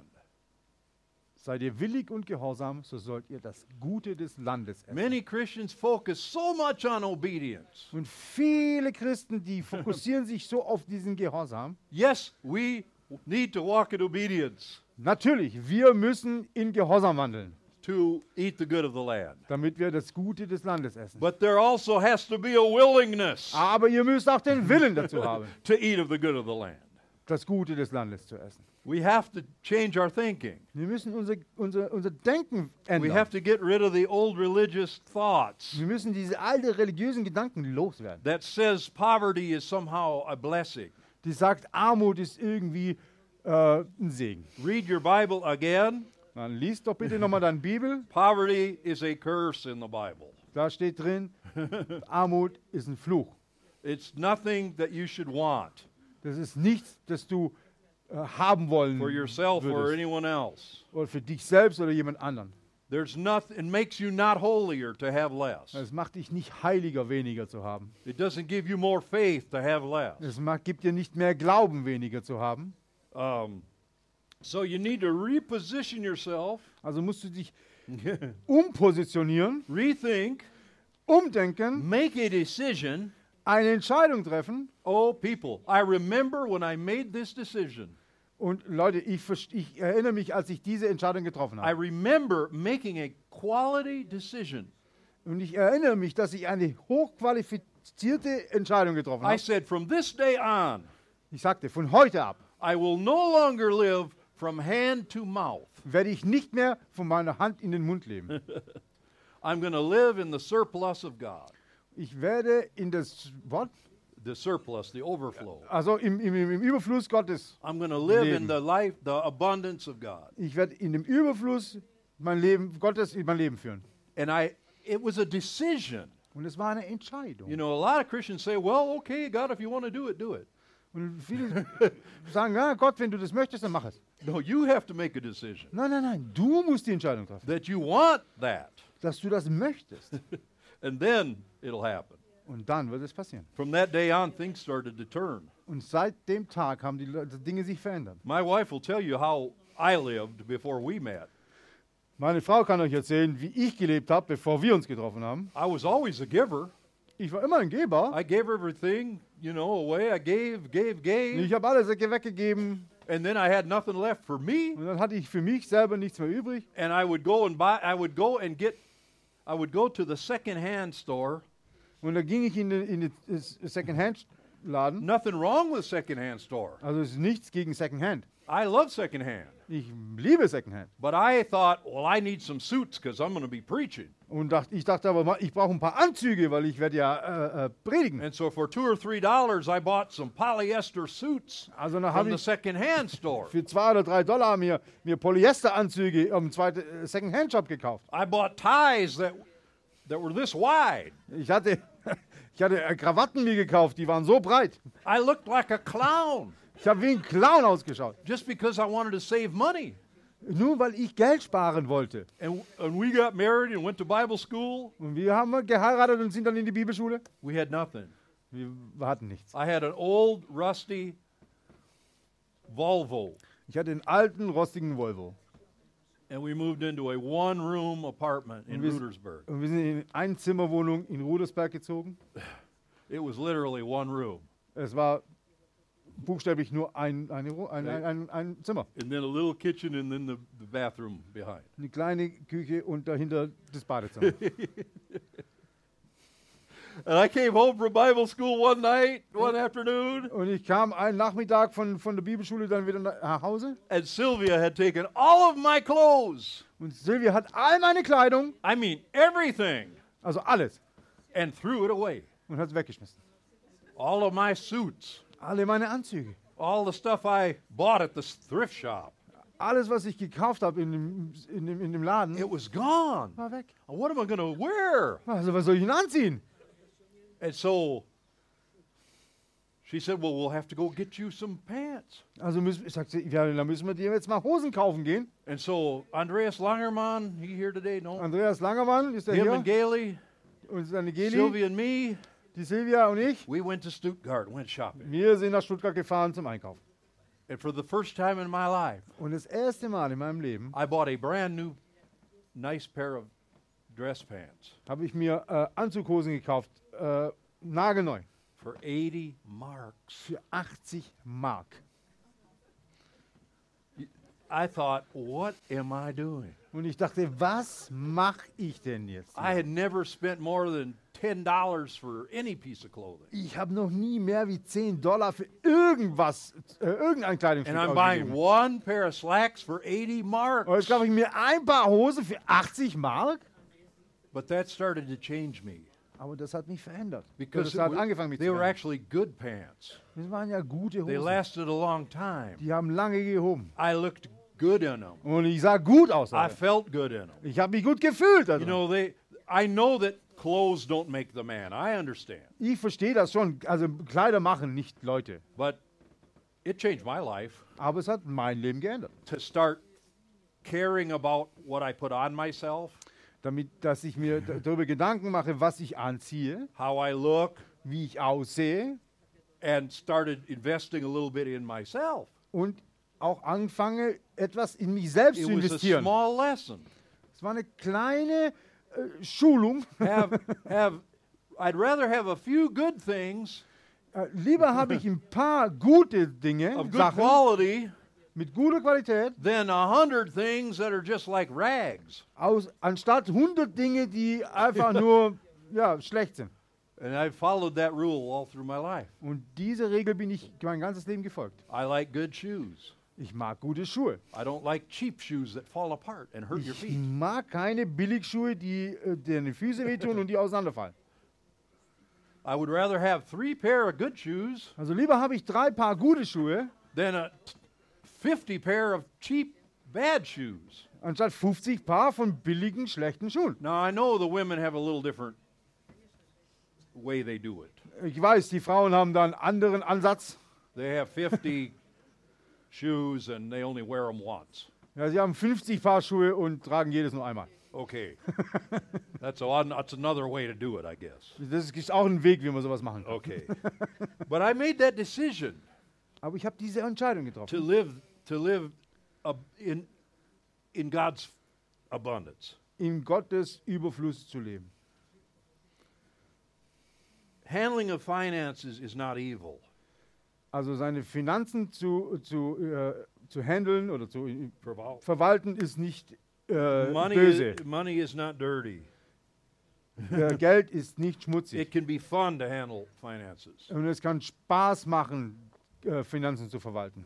Seid ihr willig und gehorsam, so sollt ihr das Gute des Landes essen.
Many Christians focus so much on obedience.
Und viele Christen, die fokussieren sich so auf diesen Gehorsam.
Yes, we need to walk in obedience
Natürlich, wir müssen in Gehorsam wandeln,
to eat the good of the land.
damit wir das Gute des Landes essen.
But there also has to be a willingness
Aber ihr müsst auch den Willen dazu haben,
to eat of the good of the land.
das Gute des Landes zu essen.
We have to change our thinking.
Wir müssen unser, unser, unser Denken
We
ändern.
have to get rid of the old religious thoughts
Wir müssen diese alte religiösen Gedanken loswerden.
that says poverty is somehow a blessing.
Die sagt, Armut ist irgendwie äh, ein Segen.
Read your Bible again.
Dann liest doch bitte nochmal deine Bibel.
Poverty is a curse in the Bible.
Da steht drin, Armut ist ein Fluch.
It's nothing that you should want
Das ist nichts, das du äh, haben wollen
for yourself or
würdest.
anyone else.
Oder für dich selbst oder jemand anderen.
There's nothing it makes you not holier to have less.
Es macht dich nicht heiliger, weniger zu haben.
It doesn't give you more faith to have less.
Es macht, gibt dir nicht mehr Glauben, weniger zu haben.
Um, so you need to reposition yourself,
Also musst du dich umpositionieren,
rethink,
umdenken,
make a decision.
eine Entscheidung treffen.
Oh, people, I remember when I made this decision.
Und Leute, ich, verst- ich erinnere mich, als ich diese Entscheidung getroffen
I
habe.
remember making a quality decision.
Und ich erinnere mich, dass ich eine hochqualifizierte Entscheidung getroffen
I
habe.
said, from this day on,
Ich sagte, von heute ab
I will no longer live from hand to mouth.
werde ich nicht mehr von meiner Hand in den Mund leben.
I'm going to live in the surplus of God,
Ich werde in das Wort,
the surplus, the overflow.
also im, im, im im Überfluss Gottes,
I'm going to live in
Leben.
the life, the abundance of God.
ich werde in dem Überfluss mein Leben, Gottes in mein Leben führen.
And I, it was a decision.
Und es war eine Entscheidung.
You know, a lot of Christians say, well, okay, God, if you want to do it, do it.
Und viele sagen, ja Gott, wenn du das möchtest, dann mach es.
No, you have to make a decision
Nein, nein, nein, du musst die Entscheidung treffen,
that you want that,
dass du das möchtest.
and then it'll happen.
Und dann wird es passieren.
From that day on, things started to turn.
Und seit dem Tag haben die Leute, Dinge sich verändert.
My wife will tell you how I lived before we met.
Meine Frau kann euch erzählen, wie ich gelebt habe, bevor wir uns getroffen haben.
I was always a giver.
Ich war immer ein Geber.
I gave everything, you know, away. I gave, gave, gave.
Ich habe alles wegge- weggegeben
And then I had nothing left for me.
und dann hatte ich für mich selber nichts mehr übrig.
And I would go and buy, I would go and get, I would go to the secondhand store.
Und dann ging ich in den, in den äh, Secondhand-Laden.
Nothing wrong with secondhand store.
Also es ist nichts gegen Secondhand.
I love secondhand.
Ich liebe Secondhand.
But I thought, well, I need some suits because I'm going to be preaching.
Und dacht, ich dachte aber, mal, ich brauche ein paar Anzüge, weil ich werde ja äh, äh, predigen.
And so for two or three dollars, I bought some polyester suits
Also dann
from
habe
the
ich
secondhand store.
für zwei oder drei Dollar mir, mir Polyesteranzüge im zweiten äh, Secondhand-Shop gekauft.
I bought ties that that were this wide.
Ich hatte, ich hatte äh, Krawatten mir gekauft, die waren so breit.
I looked like a clown
Ich habe wie ein Clown ausgeschaut.
just because I wanted to save money.
Nur weil ich Geld sparen wollte.
And and we got married and went to Bible school.
Und wir haben geheiratet und sind dann in die Bibelschule.
We had nothing.
Wir hatten nichts.
I had an old rusty Volvo,
Ich hatte einen alten, rostigen Volvo.
and we moved into a one-room apartment in
Mis-
Rudersburg.
Und wir sind in eine Einzimmerwohnung in Rudersberg gezogen.
It was literally one room,
Es war buchstäblich nur ein, eine, Ru- ein, ein, ein, ein Zimmer.
and then a little kitchen, and then the, the bathroom behind.
Eine kleine Küche und dahinter das Badezimmer.
And I came home from Bible school one night, one afternoon,
Und ich kam einen Nachmittag von, von der Bibelschule dann wieder na- nach Hause.
and Sylvia had taken all of my clothes.
Und Silvia hat all meine Kleidung,
I mean, everything,
also alles,
and threw it away.
und hat es weggeschmissen.
All of my suits,
Alle meine Anzüge.
all the stuff I bought at the s- thrift shop,
Alles, was ich gekauft habe in dem, in, dem, in dem Laden,
Mm-hmm. it was gone.
war weg.
What am I going to wear?
Also was soll ich denn anziehen?
And so she said, Well, we'll have to go get you some pants.
Also müssen, ich sagte, ja, dann müssen wir dir jetzt mal Hosen kaufen gehen.
And so Andreas Langerman, he here today, no?
Andreas Langermann ist der
Him
hier
and Gailey,
und seine Geli,
Sylvia and me,
die Silvia und ich.
we went to Stuttgart, went shopping.
Wir sind nach Stuttgart gefahren zum Einkaufen.
And for the first time in my life,
Und das erste Mal in meinem Leben
I bought a brand new, nice pair of dress pants
habe ich mir äh, Anzughosen gekauft, äh, nagelneu,
for 80 marks.
für 80 Mark.
I thought, What am I doing?
Und ich dachte, was mache ich denn jetzt?
I had never spent more than $10 for any piece of clothing.
Ich habe noch nie mehr wie 10 Dollar für irgendwas, äh, irgendein Kleidungsstück
And I'm buying
ausgegeben.
one pair of slacks for 80
Und jetzt
marks.
kaufe ich mir ein paar Hosen für 80 Mark?
But that started to change me
Aber das hat mich verändert.
because
das
it
hat
wa-
angefangen mich zu
they were
verändern.
actually good pants.
Das waren ja gute
They
Hosen.
lasted a long time.
Die haben lange gehoben.
I looked good in them.
Und ich sah gut aus.
I
Alter.
felt good in them.
Ich habe mich gut gefühlt. Also.
You know, they I know that clothes don't make the man. I understand.
ich verstehe das schon. Also Kleider machen nicht Leute.
But it changed my life
Aber es hat mein Leben geändert.
to start caring about what I put on myself,
Damit, dass ich mir d- darüber Gedanken mache, was ich anziehe,
how I look,
wie ich aussehe
and started investing a little bit in myself.
und auch anfange, etwas in mich selbst
It
zu
was a
investieren.
small lesson.
Es war eine kleine äh, Schulung.
have have I'd rather have a few good things
Äh, lieber habe ich ein paar gute Dinge,
of good
Sachen
quality
mit guter Qualität,
than a hundred things that are just like rags.
aus, anstatt 100 Dinge, die einfach nur ja, schlecht sind.
And I've followed that rule all through my life.
Und dieser Regel bin ich mein ganzes Leben gefolgt.
I like good shoes.
Ich mag gute Schuhe.
I don't like cheap shoes that fall apart and hurt your
Ich
feet.
mag keine Billigschuhe, die äh, deine Füße wehtun und die auseinanderfallen.
I would rather have three pair of good shoes
Also lieber habe ich drei Paar gute Schuhe,
than a t- fifty pair of cheap bad shoes.
anstatt 50 Paar von billigen, schlechten Schuhen.
Now I know the women have a little different way they do it.
Ich weiß, die Frauen haben da einen anderen Ansatz.
They have 50 shoes and they only wear them once.
Ja, sie haben 50 Paar Schuhe und tragen jedes nur einmal.
Okay. that's, a, lot- that's another way to do it, I guess.
Das ist auch ein Weg, wie man sowas machen kann.
Okay. but I made that decision
Aber ich habe diese Entscheidung
to
getroffen,
live to live uh, in in God's abundance.
in Gottes Überfluss zu leben.
Handling of finances is not evil.
Also seine Finanzen zu, zu, äh, zu handeln oder zu äh,
Provoke.
verwalten ist nicht äh,
Money
böse.
is, money is not dirty.
Äh, Geld ist nicht schmutzig.
It can be fun to handle finances.
Und es kann Spaß machen, äh, Finanzen zu verwalten.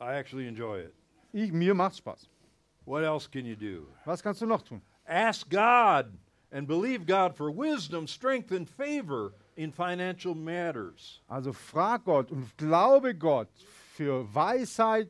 I actually enjoy it.
Ich, mir macht Spaß.
What else can you do?
Was kannst du noch tun?
Ask God and believe God for wisdom, strength, and favor in financial matters.
Also frag Gott und glaube Gott für Weisheit,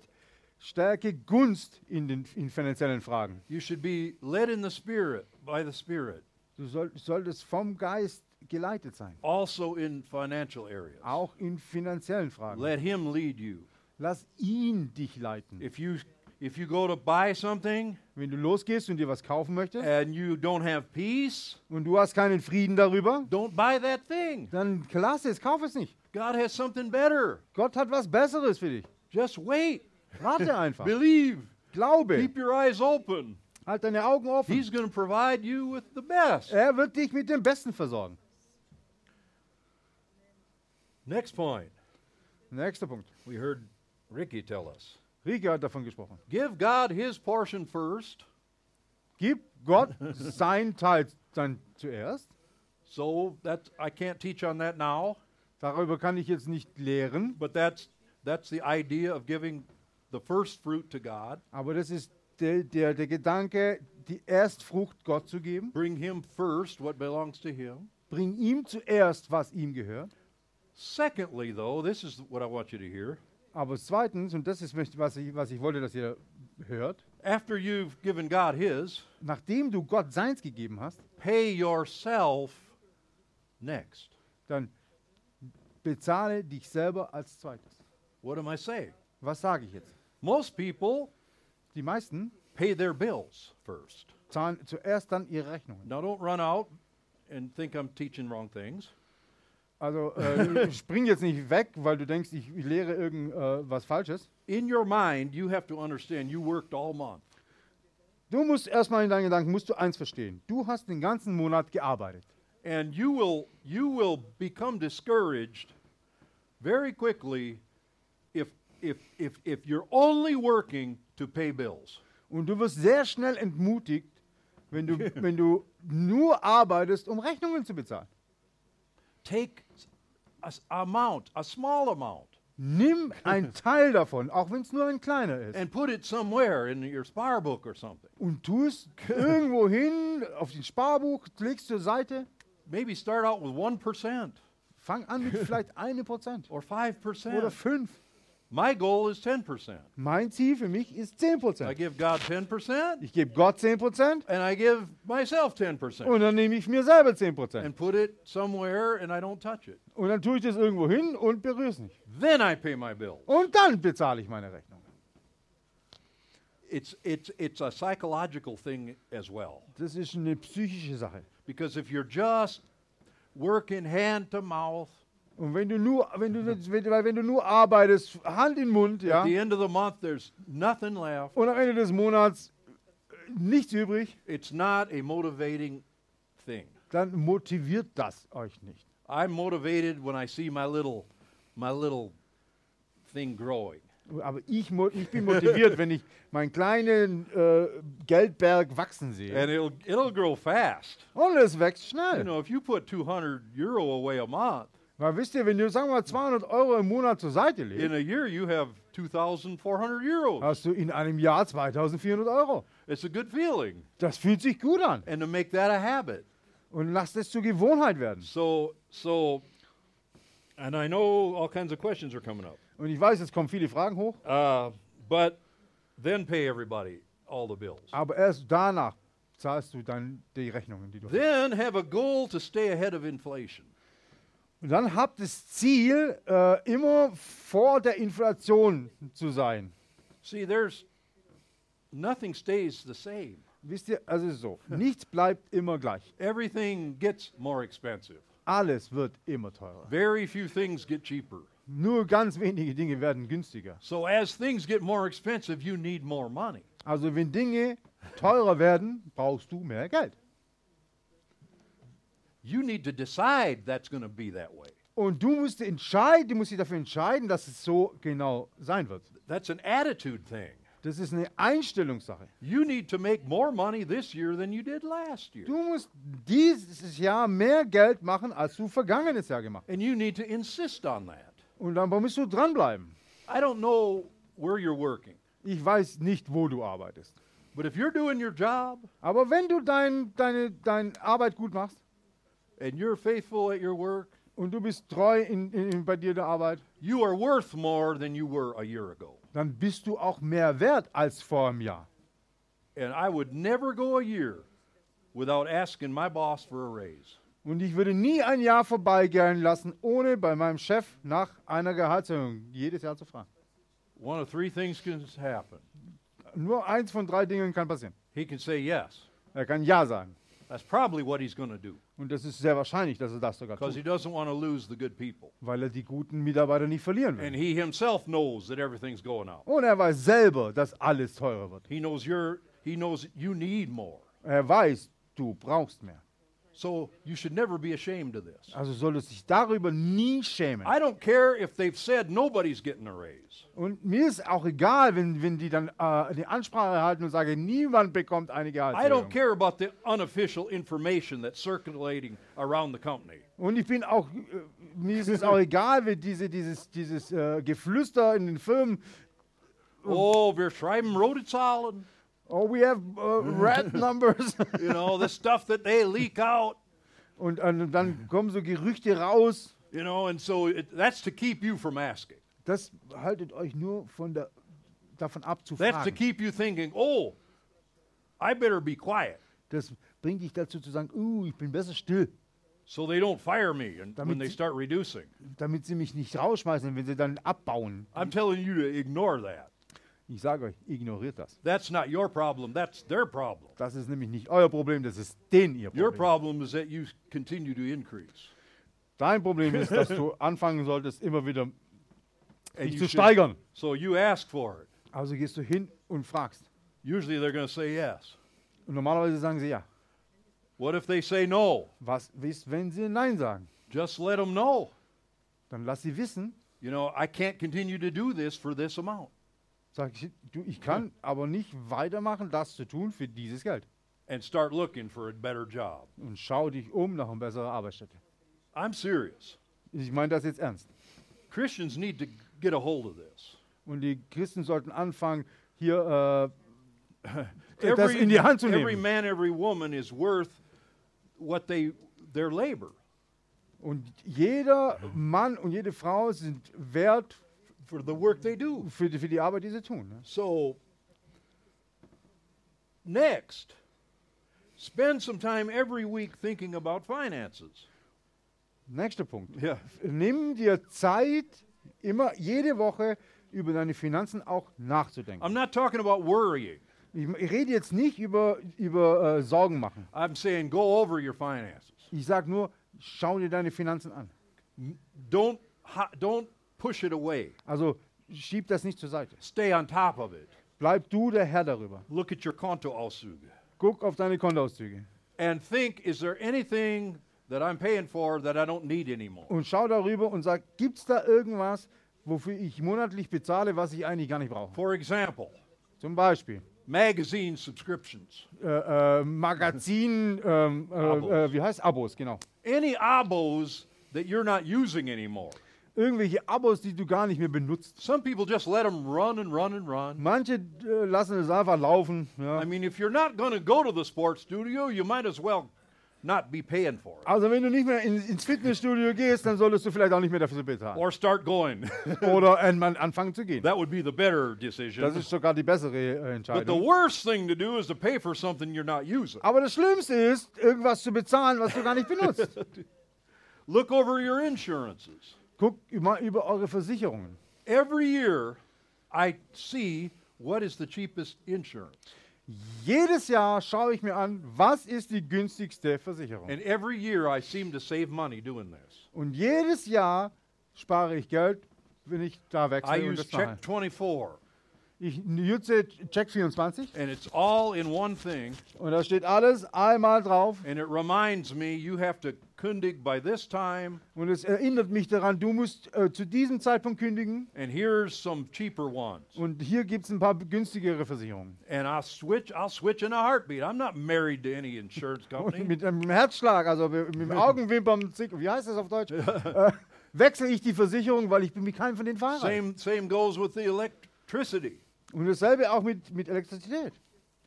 Stärke, Gunst in den in finanziellen Fragen.
You should be led in the Spirit, by the Spirit,
Du soll, solltest vom Geist geleitet sein,
also in financial areas.
auch in finanziellen Fragen.
Let Him lead you.
Lass ihn dich leiten.
If you if you go to buy something
Wenn du losgehst und dir was kaufen möchtest
and you don't have peace,
und du hast keinen Frieden darüber,
don't buy that thing.
dann lass es, kauf es nicht.
God has something better.
Gott hat was Besseres für dich.
Just wait.
Warte einfach.
Believe.
Glaube.
Keep your eyes open.
Halt deine Augen offen.
He's going to provide you with the best.
Er wird dich mit dem Besten versorgen.
Next point.
Nächster Punkt.
We heard Ricky tell us.
Rika hat davon gesprochen.
Give God his portion first.
Gib Gott sein Teil dann zuerst.
So that I can't teach on that now,
Darüber kann ich jetzt nicht lehren,
but that's that's the idea of giving the first fruit to God.
aber das ist der, der, der Gedanke, die Erstfrucht Gott zu geben.
Bring him first what belongs to him.
Bring ihm zuerst, was ihm gehört.
Secondly, though, this is what I want you to hear.
Aber zweitens, und das ist, möcht- was ich, was ich wollte, dass ihr hört,
After you've given God his,
nachdem du Gott seins gegeben hast,
pay yourself next.
dann bezahle dich selber als zweites.
What am I saying?
Was sage ich jetzt?
Most people
Die meisten
pay their bills first.
zahlen zuerst dann ihre Rechnungen.
Now, don't run out and think I'm teaching wrong things.
Also äh, spring jetzt nicht weg, weil du denkst, ich lehre irgendwas äh, was Falsches.
In your mind, you have to understand you worked all month.
Du musst erstmal in deinen Gedanken, musst du eins verstehen. Du hast den ganzen Monat gearbeitet.
And you will, you will become discouraged very quickly if, if, if, if you're only working to pay bills.
Und du wirst sehr schnell entmutigt, wenn du, wenn du nur arbeitest, um Rechnungen zu bezahlen.
Take a s- amount, a small amount,
Nimm einen Teil davon, auch wenn es nur ein kleiner ist.
and put it somewhere in your spar book or something.
Und tu es irgendwo hin, auf den Sparbuch, legst zur Seite.
Maybe start out with 1%
Fang an mit vielleicht 1%
or
oder
5%.
5%.
My goal is 10%.
Mein Ziel für mich ist
I
10%.
give God 10%,
Ich gebe Gott 10%
and I give myself 10%,
und dann nehme ich mir selber 10%.
and put it somewhere, and I don't touch it.
Und dann tue ich das irgendwo hin und berühre es nicht.
Then I pay my bill.
Und dann bezahle ich meine Rechnung.
It's, it's, it's a psychological thing as well.
Das ist eine psychische Sache.
Because if you're just working hand to mouth,
Und wenn du nur, wenn du, wenn, du- weil wenn du nur arbeitest, Hand in Mund, ja,
at the end of the month, there's nothing left.
und am Ende des Monats äh, nichts übrig,
It's not a motivating thing.
dann motiviert das euch nicht.
I'm motivated when I see my little, my little thing growing.
Aber ich, mo- ich bin motiviert, wenn ich meinen kleinen äh, Geldberg wachsen sehe.
And it'll, it'll grow fast.
Und es wächst
You
schnell.
know, if you put 200 euro away a month,
Weil wisst ihr, wenn du, sagen wir mal, 200 Euro im Monat zur Seite
in
legst,
a year you have 2,400 euros.
hast du in einem Jahr 2400 Euro.
It's a good feeling.
Das fühlt sich gut an.
And to make that a habit.
Und lass das zur Gewohnheit werden.
So, so, and I know all kinds of questions are coming up.
Und ich weiß, jetzt kommen viele Fragen hoch,
Uh, but then pay everybody all the bills.
aber erst danach zahlst du dann die Rechnungen, die du hast.
Then have a goal to stay ahead of inflation.
Und dann habt das Ziel, äh, immer vor der Inflation zu sein.
See, there's nothing stays the same.
Wisst ihr, also es ist so, nichts bleibt immer gleich.
Everything gets more expensive.
Alles wird immer teurer.
Very few things get cheaper.
Nur ganz wenige Dinge werden günstiger.
So as things get more expensive, you need more money.
Also wenn Dinge teurer werden, brauchst du mehr Geld.
You need to decide that's going to be that way.
Und du musst entscheiden, du musst dich dafür entscheiden, dass es so genau sein wird.
That's an attitude thing.
Das ist eine Einstellungssache.
You need to make more money this year than you did last year.
Du musst dieses Jahr mehr Geld machen, als du vergangenes Jahr gemacht
And you need to insist on that.
hast. Und dann musst du dranbleiben.
I don't know where you're working,
Ich weiß nicht, wo du arbeitest.
but if you're doing your job
Aber wenn du dein, deine dein Arbeit gut machst
and you're faithful at your work,
und du bist treu in, in, in, bei dir der Arbeit,
you are worth more than you were a year ago.
dann bist du auch mehr wert als vor einem Jahr.
And I would never go a year without asking my boss for a raise.
Und ich würde nie ein Jahr vorbeigehen lassen, ohne bei meinem Chef nach einer Gehaltserhöhung jedes Jahr zu fragen.
One of three things can happen.
Nur eins von drei Dingen kann passieren.
He can say yes.
Er kann Ja sagen.
That's probably what he's going to do
Und das ist sehr wahrscheinlich, dass er das sogar
because he
tut,
doesn't want to lose the good people.
weil er die guten Mitarbeiter nicht verlieren
And
will.
he himself knows that everything's going out.
Und er weiß selber, dass alles teurer wird.
He knows you're, he knows you need more.
Er weiß, du brauchst mehr.
So you should never be ashamed of this.
Also solltest dich darüber nie schämen.
I don't care if they've said nobody's getting a raise.
Und mir ist auch egal, wenn, wenn die dann äh, die Ansprache erhalten und sagen, niemand bekommt eine
I don't
Gehaltserhöhung.
care about the unofficial information that's circulating around the company.
Und ich bin auch, äh, mir ist es auch egal, wenn diese, dieses, dieses äh, Geflüster in den Firmen,
Oh, wir schreiben wrote it solid.
oh, we have äh, red numbers.
You know, the stuff that they leak out,
und äh, dann kommen so Gerüchte raus.
you know, and so it, that's to keep you from asking.
Das haltet euch nur von der, davon ab zu
That's to
fragen.
keep you thinking, oh, I better be quiet
Das bringt dich dazu zu sagen, uh, ich bin besser still,
so they don't fire me and when
Damit
they
sie-
start reducing.
damit sie mich nicht rausschmeißen, wenn sie dann abbauen.
I'm telling you to ignore that.
Ich sage euch, ignoriert das.
That's not your problem, that's their problem.
Das ist nämlich nicht euer Problem, das ist den ihr
Your
Problem.
problem is that you continue to increase.
Dein Problem ist, dass du anfangen solltest, immer wieder
And
dich
you
zu
should-
steigern.
So you ask for it.
Also gehst du hin und fragst.
Usually they're going to say yes.
Und normalerweise sagen sie ja.
What if they say no?
Was ist, wenn sie Nein sagen?
Just let them know.
Dann lass sie wissen.
You know, I can't continue to do this for this amount.
Sag ich, du, ich kann aber nicht weitermachen, das zu tun für dieses Geld.
And start looking for a better job.
Und schau dich um nach einer besseren Arbeitsstätte.
I'm serious.
Ich meine das jetzt ernst.
Christians need to get a hold of this.
Und die Christen sollten anfangen, hier äh, das
Every,
in die Hand zu
every
nehmen.
man, every woman is worth what they their labor.
Und jeder Mann und jede Frau sind wert
For the work they do.
für die, für die Arbeit, die sie tun. Ne?
So next, spend some time every week thinking about finances.
Nächster Punkt.
Yeah.
Nimm dir Zeit, immer jede Woche über deine Finanzen auch nachzudenken.
I'm not talking about worrying.
Ich, ich rede jetzt nicht über, über äh, Sorgen machen.
I'm saying go over your finances.
Ich sage nur, schau dir deine Finanzen an.
Don't ho- don't push it away.
Also schieb das nicht zur Seite.
Stay on top of it.
Bleib du der Herr darüber.
Look at your Konto Auszüge
Guck auf deine Kontoauszüge
and think: Is there anything that I'm paying for that I don't need anymore?
und schau darüber und sag, gibt es da irgendwas, wofür ich monatlich bezahle, was ich eigentlich gar nicht brauche?
For example,
Zum Beispiel
magazine subscriptions,
äh, äh, Magazin, ähm, äh, äh, wie heißt Abos, genau.
any abos that you're not using anymore.
Irgendwelche Abos, die du gar nicht mehr benutzt.
Some people just let them run and run and run.
Manche äh, lassen es einfach laufen. Ja.
I mean, if you're not going to go to the sports studio, you might as well not be paying for it
Also wenn du nicht mehr in, ins Fitnessstudio gehst, dann solltest du vielleicht auch nicht mehr dafür bezahlen.
Uh-huh. or start going.
Oder an- man anfangen zu gehen.
that would be the better decision.
Das ist sogar die bessere äh,
But the
Entscheidung.
worst thing to do is to pay for something you're not using.
Aber das Schlimmste ist, irgendwas zu bezahlen, was du gar nicht benutzt.
Look over your insurances.
Guckt immer über eure Versicherungen.
Every year, I see what is the cheapest insurance.
Jedes Jahr schaue ich mir an, was ist die günstigste Versicherung.
And every year, I seem to save money doing this.
Und jedes Jahr spare ich Geld, wenn ich da
I
wechsle und
use
das mache.
Check 24.
Ich nutze Check 24
and it's all in one thing.
und da steht alles einmal drauf
And it reminds me, you have to kündig by this time,
und es erinnert mich daran, du musst äh, zu diesem Zeitpunkt kündigen
and here's some cheaper ones.
und hier gibt es ein paar günstigere Versicherungen.
And I'll switch. I'll switch in a heartbeat. I'm not married to any insurance
Und
company.
mit einem Herzschlag, also mit mit dem Augenwimpern, zick- wie heißt das auf Deutsch? äh, wechsle ich die Versicherung, weil ich bin mit keinem von den Fahrern.
same same goes with the electricity.
Und dasselbe auch mit, mit Elektrizität,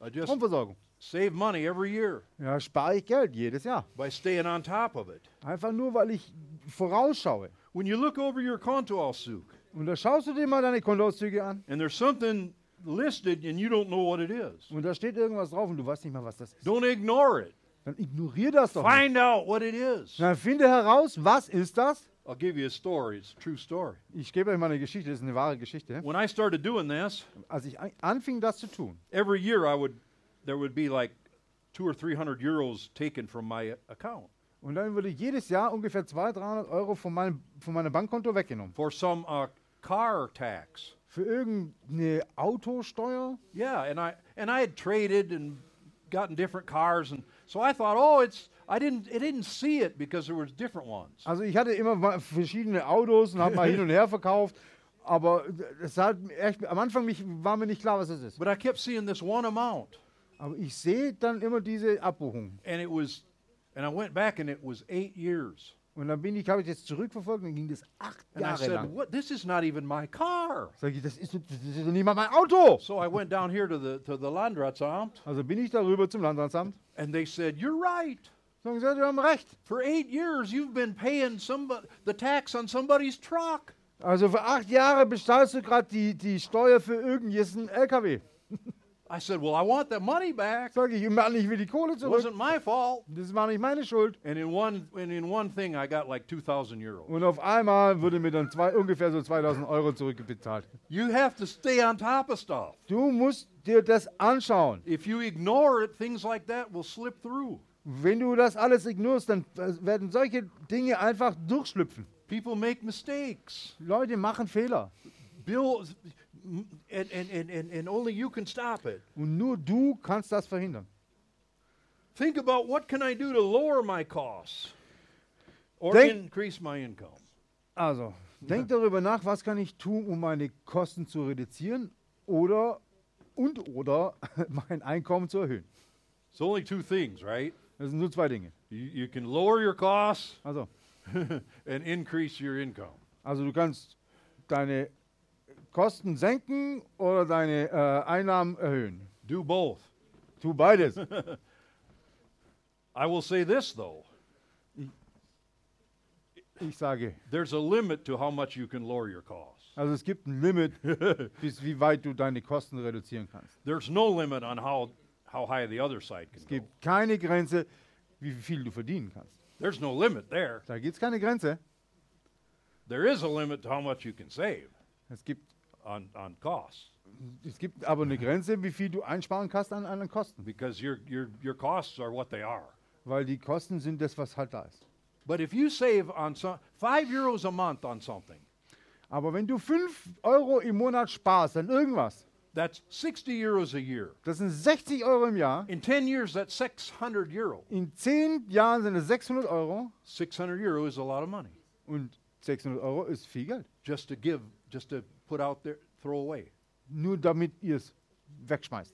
I just
Stromversorgung.
save money every year
Ja, spare ich Geld jedes Jahr.
by staying on top of it.
Einfach nur, weil ich vorausschaue.
When you look over your konto ausuk
Und da schaust du dir mal deine Kontoauszüge an
and there's something listed and you don't know what it is,
und da steht irgendwas drauf und du weißt nicht mal, was das ist.
don't ignore it.
Dann ignorier das doch. Nicht.
Find out what it is.
Dann finde heraus, was ist das?
I'll give you a story. It's a true story.
Ich gebe euch mal eine Geschichte, das ist eine wahre Geschichte.
When I started doing this,
Als ich an- anfing, das zu tun,
every year I would there would be like two or three hundred euros taken from my account
und dann wurde jedes Jahr ungefähr 200, 300 Euro von meinem, von meinem Bankkonto weggenommen.
for some uh, car tax.
Für irgendeine Autosteuer.
Yeah, and I and I had traded and gotten different cars, and so I thought, oh, it's I didn't I didn't see it because there was different ones.
Also ich hatte immer mal verschiedene Autos und habe mal hin und her verkauft. Aber das hat mir echt, am Anfang mich, war mir nicht klar, was es ist.
But I kept seeing this one amount,
Aber ich sehe dann immer diese Abbuchung.
and it was, and I went back, and it was eight years,
Und dann bin ich, habe ich jetzt zurückverfolgt und dann ging das acht
and I
Jahre
said,
lang.
what? This is not even my car.
Sag ich, das ist, doch- das ist doch nicht mal mein Auto.
So I went down here to the to the Landratsamt,
Also bin ich darüber zum Landratsamt.
and they said, you're right.
Sagen sie, ja, die haben recht.
For eight years, you've been paying somebody the tax on somebody's truck.
Also für acht Jahre bezahlst du gerade die, die Steuer für irgendjesen LKW.
I said, well, I want that money back.
Sag ich, Mann, ich will die Kohle
It
zurück.
wasn't my fault.
Das war nicht meine Schuld.
And in one and in one thing, I got like two thousand euros.
Und auf einmal wurde mir dann zwei, ungefähr so 2000 Euro zurückbezahlt.
You have to stay on top of stuff.
Du musst dir das anschauen.
If you ignore it, things like that will slip through.
Wenn du das alles ignorierst, dann äh, werden solche Dinge einfach durchschlüpfen.
People make mistakes.
Leute machen Fehler.
Bill, and and, and, and and only you can stop it.
Und nur du kannst das verhindern.
Think about what can I do to lower my costs or
Think-
increase my income.
Also, denk darüber nach, was kann ich tun, um meine Kosten zu reduzieren oder und oder mein Einkommen zu erhöhen.
It's only two things, right?
Das sind nur zwei Dinge.
You, you can lower your costs
Also,
and increase your income.
also du kannst deine Kosten senken oder deine äh, Einnahmen erhöhen.
Do both.
Tu beides.
I will say this though.
Ich sage,
There's a limit to how much you can lower your costs.
also es gibt ein Limit, bis wie weit du deine Kosten reduzieren kannst.
There's no limit on how, how high the other side can
Es
go.
gibt keine Grenze, wie viel du verdienen kannst.
There's no limit there.
Da gibt es keine Grenze.
There is a limit to how much you can save
Es gibt,
on, on costs
es gibt aber eine Grenze, wie viel du einsparen kannst an anderen Kosten.
because your, your, your costs are what they are.
Weil die Kosten sind das, was halt da ist.
But if you save on some, five euros a month on something,
Aber wenn du 5 Euro im Monat sparst an irgendwas,
that's 60 euros a year.
das sind 60 Euro im Jahr.
In 10 years, that's 600 euro.
In 10 Jahren sind es 600 Euro
600 euro is a lot of money
und 600 Euro ist viel Geld.
just to give, just to put out there, throw away.
Nur damit ihr es wegschmeißt.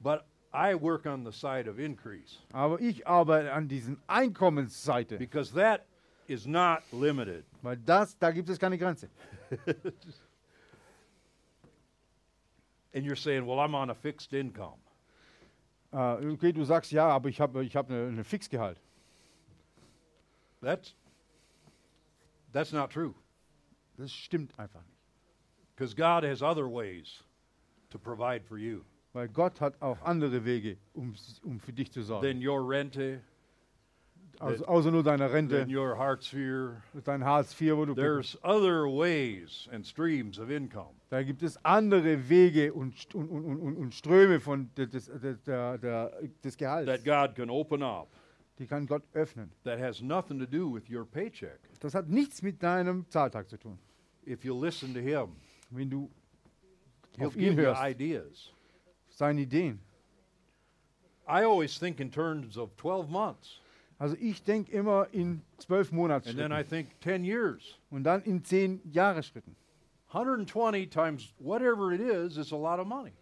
But I work on the side of increase
Aber ich arbeite an diesen Einkommensseite,
because that is not limited.
weil das, da gibt es keine Grenze.
And you're saying, well, I'm on a fixed income.
Äh, okay, du sagst ja, aber ich habe ich hab eine, eine Fixgehalt.
That's that's not true
Das stimmt einfach nicht.
because God has other ways to provide for you
Weil Gott hat auch andere Wege, um, um für dich zu sorgen.
than your rente,
Also, außer nur deiner
than
Rente,
your heart sphere.
dein Hartz IV, wo du
There's other ways and streams of income.
Da gibt es andere Wege und, St- und, und, und, und Ströme von de- des, de- der, der, des
that
Gehalts.
God can open up
Die kann Gott öffnen.
that has nothing to do with your paycheck
Das hat nichts mit deinem Zahltag zu tun.
if you listen to Him
Wenn du
He'll
Auf ihn
give you
hörst.
ideas.
Seine Ideen.
I always think in terms of 12 months,
Also ich denke immer in zwölf
and then
Monatsschritten
I think 10 years.
und dann in zehn Jahresschritten.
120 times whatever it is, it's a lot of money.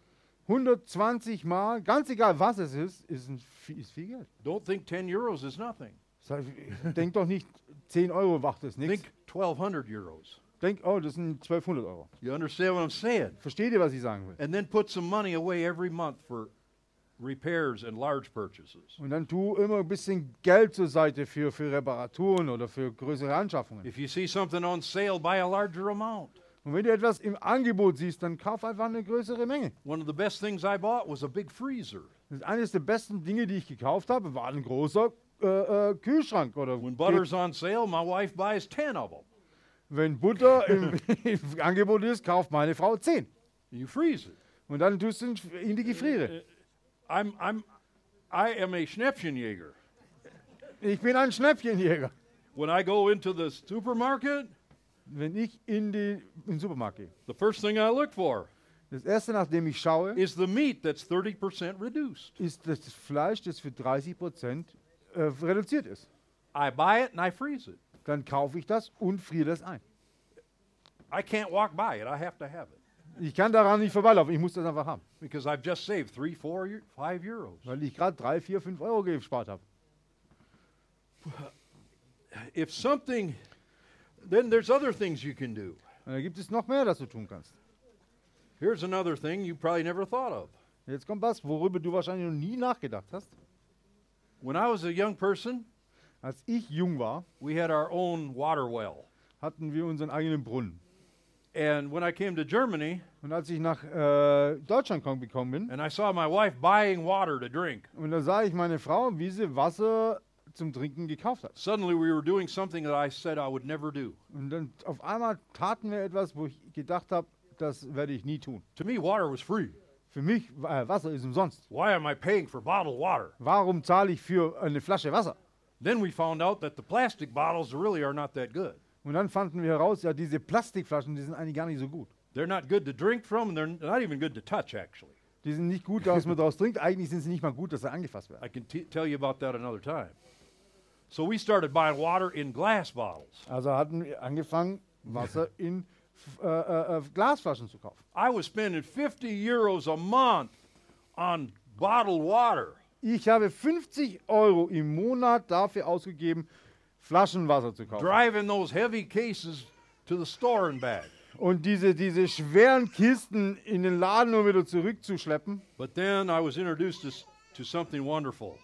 120 Mal, ganz egal was es ist, ist, ein, viel- ist viel Geld.
Don't think 10 euros is nothing.
Sag ich, Denk doch nicht, 10 Euro wacht es nichts.
Think 1,200 euros.
Denk, oh, das sind 1200 Euro.
You understand what I'm saying?
Versteht ihr, was ich sagen will?
And then put some money away every month for repairs and large purchases.
Und dann tu immer ein bisschen Geld zur Seite für, für Reparaturen oder für größere Anschaffungen.
If you see something on sale, buy a larger amount.
Und wenn du etwas im Angebot siehst, dann kauf einfach eine größere Menge.
One of the best things I bought was a big freezer.
Das ist eines der besten Dinge, die ich gekauft habe, war ein großer äh, äh, Kühlschrank. Oder
When butter's on sale, my wife buys 10 of them.
wenn Butter im, im Angebot ist, kauft meine Frau 10.
You freeze it.
Und dann tust du ihn in die Gefriere.
I'm, I'm, I am a Schnäppchenjäger.
Ich bin ein Schnäppchenjäger.
When I go into the supermarket,
Wenn ich in, die, in den Supermarkt gehe,
the first thing I look for
das erste, nach dem ich schaue,
is the meat that's 30% reduced.
ist das Fleisch, das für 30 Prozent äh, reduziert ist.
I buy it and I freeze it.
Dann kaufe ich das und friere das ein.
I can't walk by it. I have to have it
Ich kann daran nicht vorbeilaufen, ich muss das einfach haben,
because I've just saved three, four, eu- five euros.
weil ich gerade 3, 4, 5 Euro gespart habe.
If something, then there's other things you can do.
Und da gibt es noch mehr, das du tun kannst.
Here's another thing you probably never thought of.
Jetzt kommt was, worüber du wahrscheinlich noch nie nachgedacht hast.
When I was a young person,
Als ich jung war,
we had our own water well.
hatten wir unseren eigenen Brunnen.
And when I came to Germany
Und als ich nach äh, Deutschland komm- gekommen bin,
and I saw my wife buying water to drink,
Und da sah ich meine Frau, wie sie Wasser zum Trinken gekauft hat.
suddenly we were doing something that I said I would never do.
Und dann auf einmal taten wir etwas, wo ich gedacht habe, das werde ich nie tun.
To me, water was free.
Für mich, äh, Wasser ist umsonst.
Why am I paying for bottled water?
Warum zahle ich für eine Flasche Wasser?
Then we found out that the plastic bottles really are not that good.
Und dann fanden wir heraus, ja, diese Plastikflaschen, die sind eigentlich gar nicht so gut.
They're not good to drink from, and they're not even good to touch, actually.
Die sind nicht gut, dass man daraus trinkt. Eigentlich sind sie nicht mal gut, dass sie angefasst werden.
I can t- tell you about that another time. So we started buying water in glass bottles.
Also hatten wir angefangen, Wasser in f- äh, äh, äh, Glasflaschen zu kaufen.
I was spending 50 euros a month on bottled water.
Ich habe 50 Euro im Monat dafür ausgegeben, Flaschenwasser zu kaufen.
driving those heavy cases to the store and back.
Und diese, diese schweren Kisten in den Laden, um wieder zurückzuschleppen.
But then I was introduced to, s- to something wonderful.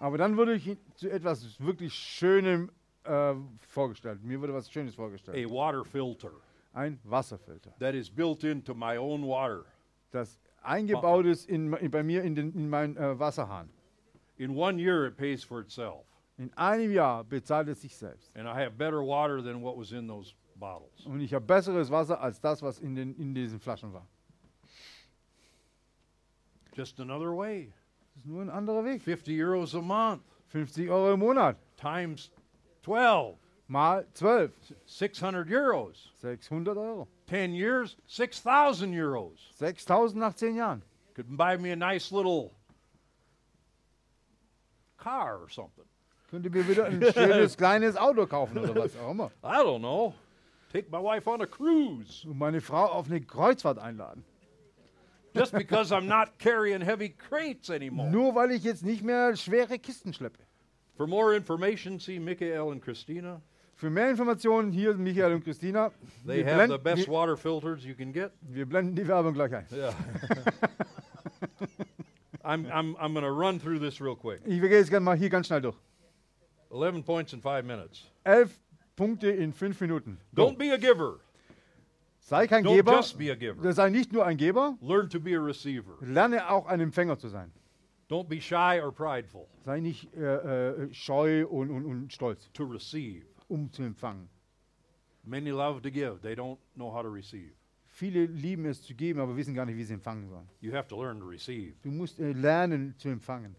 Aber dann wurde ich zu etwas wirklich Schönem äh, vorgestellt. Mir wurde was Schönes vorgestellt.
A water filter
Ein Wasserfilter,
that is built into my own water.
das eingebaut ist in, in, bei mir in, den, in meinen äh, Wasserhahn.
In one year, it pays for itself,
In einem Jahr bezahlt es sich selbst.
and I have better water than what was in those bottles.
Und ich habe besseres Wasser als das, was in, den, in diesen Flaschen war.
Just another way.
Das ist nur ein anderer Weg.
50 euros a month
50 Euro im Monat
times 12,
mal 12,
600 euros.
600 Euro.
10 years, 6,000 euros.
6000 nach 10 Jahren.
Could buy me a nice little car or something.
Könnte mir wieder ein schönes kleines Auto kaufen oder was auch immer.
I don't know. Take my wife on a cruise
Und meine Frau auf eine Kreuzfahrt einladen.
just because I'm not carrying heavy crates anymore.
Nur weil ich jetzt nicht mehr schwere Kisten schleppe.
For more information, see Michael and Christina.
Für mehr Informationen hier Michael und Christina.
They
Wir
have the
blenden,
best
wir,
water filters you can get.
wir blenden die Werbung gleich ein.
Yeah. I'm, I'm, I'm going to run through this real quick.
Ich gehe jetzt gerne mal hier ganz schnell durch.
11 points in five minutes.
Elf Punkte in fünf Minuten.
Don't be a giver.
Sei kein
Don't
Geber,
just be a giver.
sei nicht nur ein Geber,
Learn to be a receiver.
lerne auch ein Empfänger zu sein.
Don't be shy or prideful
Sei nicht äh, äh, scheu und, und, und stolz,
to receive.
um zu empfangen.
Many love to give. They don't know how to receive.
Viele lieben es zu geben, aber wissen gar nicht, wie sie empfangen sollen.
You have to learn to receive.
Du musst äh, lernen zu empfangen.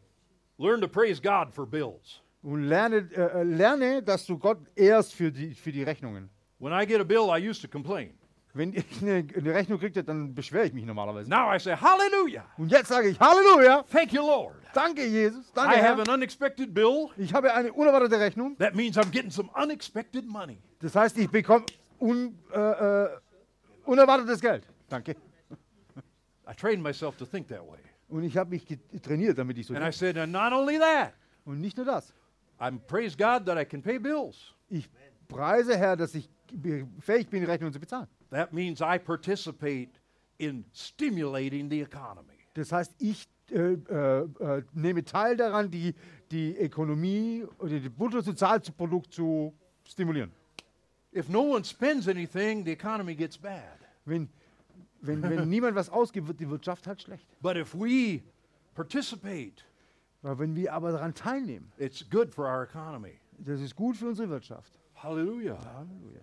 Learn to praise God for bills.
Und lerne, äh, äh, lerne, dass du Gott ehrst für die, für die Rechnungen.
When I get a bill, I used to complain.
Wenn ich eine, eine Rechnung kriege, dann beschwere ich mich normalerweise.
Now I say, Hallelujah!
Und jetzt sage ich Halleluja!
Thank you, Lord.
Danke, Jesus! Danke,
I have
Herr.
an unexpected bill.
Ich habe eine unerwartete Rechnung.
That means I'm getting some unexpected money.
Das heißt, ich bekomme un, äh, äh, unerwartetes Geld. Danke.
I trained myself to think that way.
Und ich habe mich get- trainiert, damit ich so
And I said, and not only that,
Und nicht nur das.
I'm praise God that I can pay bills.
Ich preise, Herr, dass ich be- fähig bin, die Rechnung zu bezahlen.
That means I participate in stimulating the economy.
Das heißt, ich äh, äh, äh, nehme teil daran, die, die Ökonomie oder die Bruttosozialprodukt zu stimulieren.
If no one spends anything, the economy gets bad.
Wenn, wenn, wenn niemand was ausgibt, wird die Wirtschaft halt schlecht.
But if we participate,
Aber wenn wir aber daran teilnehmen,
it's good for our economy.
das ist gut für unsere Wirtschaft.
Hallelujah.
Halleluja.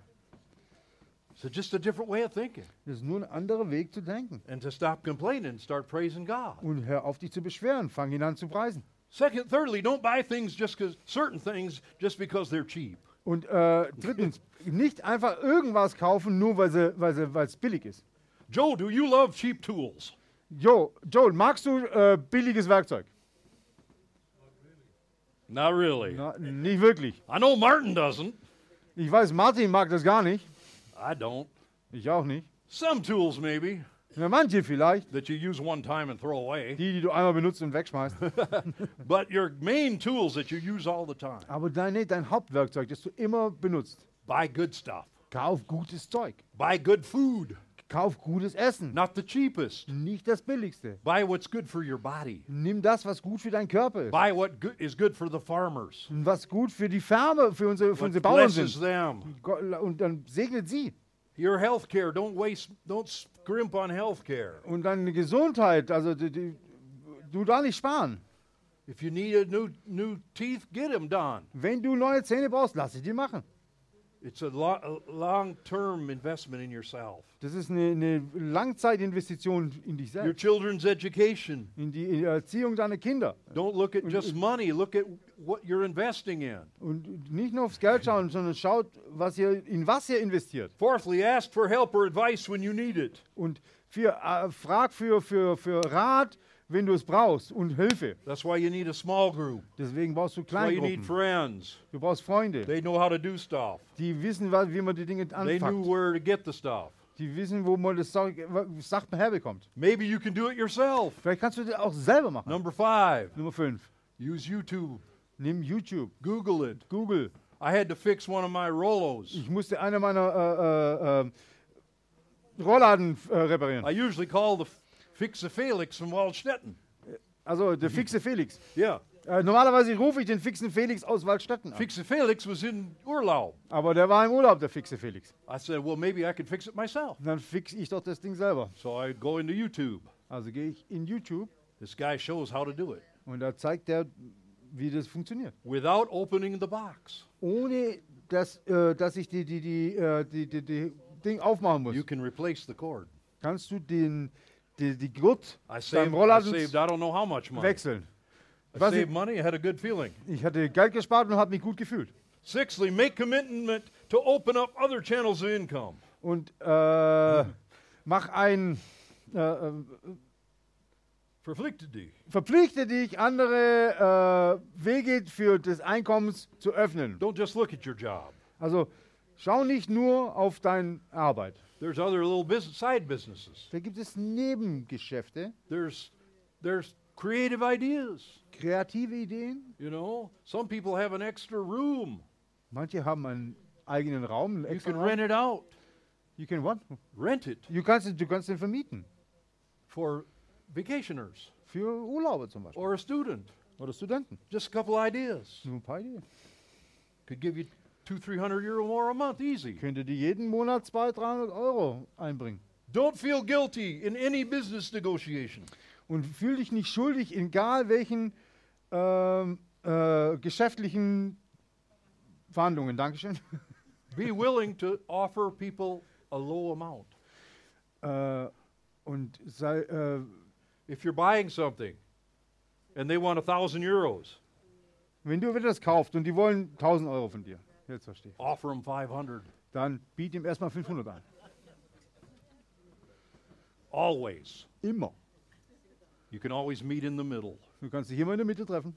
So just a different way of thinking.
Das ist nur ein anderer Weg zu denken.
And to stop complaining and start praising God.
Und hör auf, dich zu beschweren. Fang ihn an zu preisen.
Second, thirdly, don't buy things just because certain things just because they're cheap.
Und äh, drittens, nicht einfach irgendwas kaufen, nur weil es weil sie, weil's billig ist.
Joe, do you love cheap tools?
Jo, Joel, magst du äh, billiges Werkzeug?
Not really.
Na, nicht wirklich.
I know Martin doesn't.
Ich weiß, Martin mag das gar nicht.
I don't.
Ich auch nicht.
Some tools maybe
Na, manche vielleicht,
that you use one time and throw away,
die, die du einmal benutzt und wegschmeißt.
but your main tools that you use all the time.
Aber dein, nee, dein Hauptwerkzeug, das du immer benutzt.
Buy good stuff.
Kauf gutes Zeug.
Buy good food,
Kauf gutes Essen.
not the cheapest.
Nicht das Billigste.
Buy what's good for your body.
Nimm das, was gut für deinen Körper ist.
Buy what good is good for the farmers.
Und was gut für die Farmer, für unsere, für
What
unsere Bauern
blesses
sind.
them.
Gott- Und dann segnet sie.
Your health care. Don't waste. Don't scrimp on health care.
Und deine Gesundheit, also die, die, du da nicht sparen.
If you need a new new teeth, get them done.
Wenn du neue Zähne brauchst, lass sie dir machen.
It's a, lo- a long-term investment in yourself.
Das ist eine, eine Langzeitinvestition in dich
Your
selbst,
children's education.
in die in die Erziehung deiner Kinder.
Don't look at just money. Look at what you're investing in.
Und nicht nur aufs Geld schauen, sondern schaut, was ihr, in was ihr investiert.
Fourthly, ask for help or advice when you need it.
Und für, äh, frag für, für, für Rat, wenn du es brauchst und Hilfe.
That's why you need a small group.
Deswegen brauchst du
That's why you need
Kleingruppen.
friends.
Du brauchst Freunde,
They know how to do stuff.
die wissen, wa- wie man die Dinge
They knew
anpackt.
where to get the stuff.
Die wissen, wo man das Zeug Sachen herbekommt.
Maybe you can do it yourself.
Vielleicht kannst du das auch selber machen.
Number five,
Nummer 5.
use YouTube.
Nimm YouTube,
Google it.
Google.
I had to fix one of my Rolos.
Ich musste eine meiner äh, äh, äh, Rollladen äh,
I
reparieren.
usually call the f- fix the Felix from Waldstetten.
Also der fixe Felix.
Yeah.
Äh, normalerweise rufe ich den fixen Felix aus Waldstätten an.
Fix the Felix was in Urlaub.
Aber der war im Urlaub, der fixe Felix.
I said, well, maybe I could fix it myself.
Und dann fix ich doch das Ding selber.
So I go into YouTube.
Also gehe ich in YouTube
This guy shows how to do it
und da zeigt der, wie das funktioniert.
without opening the box.
Ohne, dass, äh, dass ich die, die, die, äh, die, die, die Ding aufmachen muss.
You can replace the cord.
Kannst du den, die, die Gurt
I saved,
beim
I
Rollladen
saved I don't know how much money.
wechseln.
I
Was
saved
ich-
money. I had a good feeling.
Ich hatte Geld gespart und habe mich gut gefühlt.
Sixthly, make commitment to open up other channels of income.
Und äh, mach ein, äh, äh,
Verpflichtet die.
verpflichte dich, andere äh, Wege für des Einkommens zu öffnen.
Don't just look at your job.
Also schau nicht nur auf deine Arbeit.
There's other little business, side businesses.
Da gibt es Nebengeschäfte,
There's there's creative ideas.
kreative Ideen.
You know, some people have an extra room.
Manche haben einen eigenen Raum, einen
You
extra
can
Raum.
rent it out.
You can what?
Rent it
You kannst, du kannst den vermieten.
for vacationers
Für Urlauber zum Beispiel.
or a student.
Oder Studenten.
Just a couple ideas
Nur ein paar Ideen.
could give you two, three hundred euro more a month, easy.
Könnte die jeden Monat 200, 300 Euro einbringen.
Don't feel guilty in any business negotiation.
Und fühl dich nicht schuldig, egal welchen ähm, äh, geschäftlichen Verhandlungen. Dankeschön.
Be willing to offer people a low amount.
Äh, und sei, äh,
If you're buying something and they want a thousand euros,
wenn du etwas kaufst und die wollen 1000 Euro von dir, jetzt verstehe ich,
offer them 500.
dann biet ihm erstmal 500 an.
Always.
Immer.
You can always meet in the middle.
Du kannst dich immer in der Mitte treffen.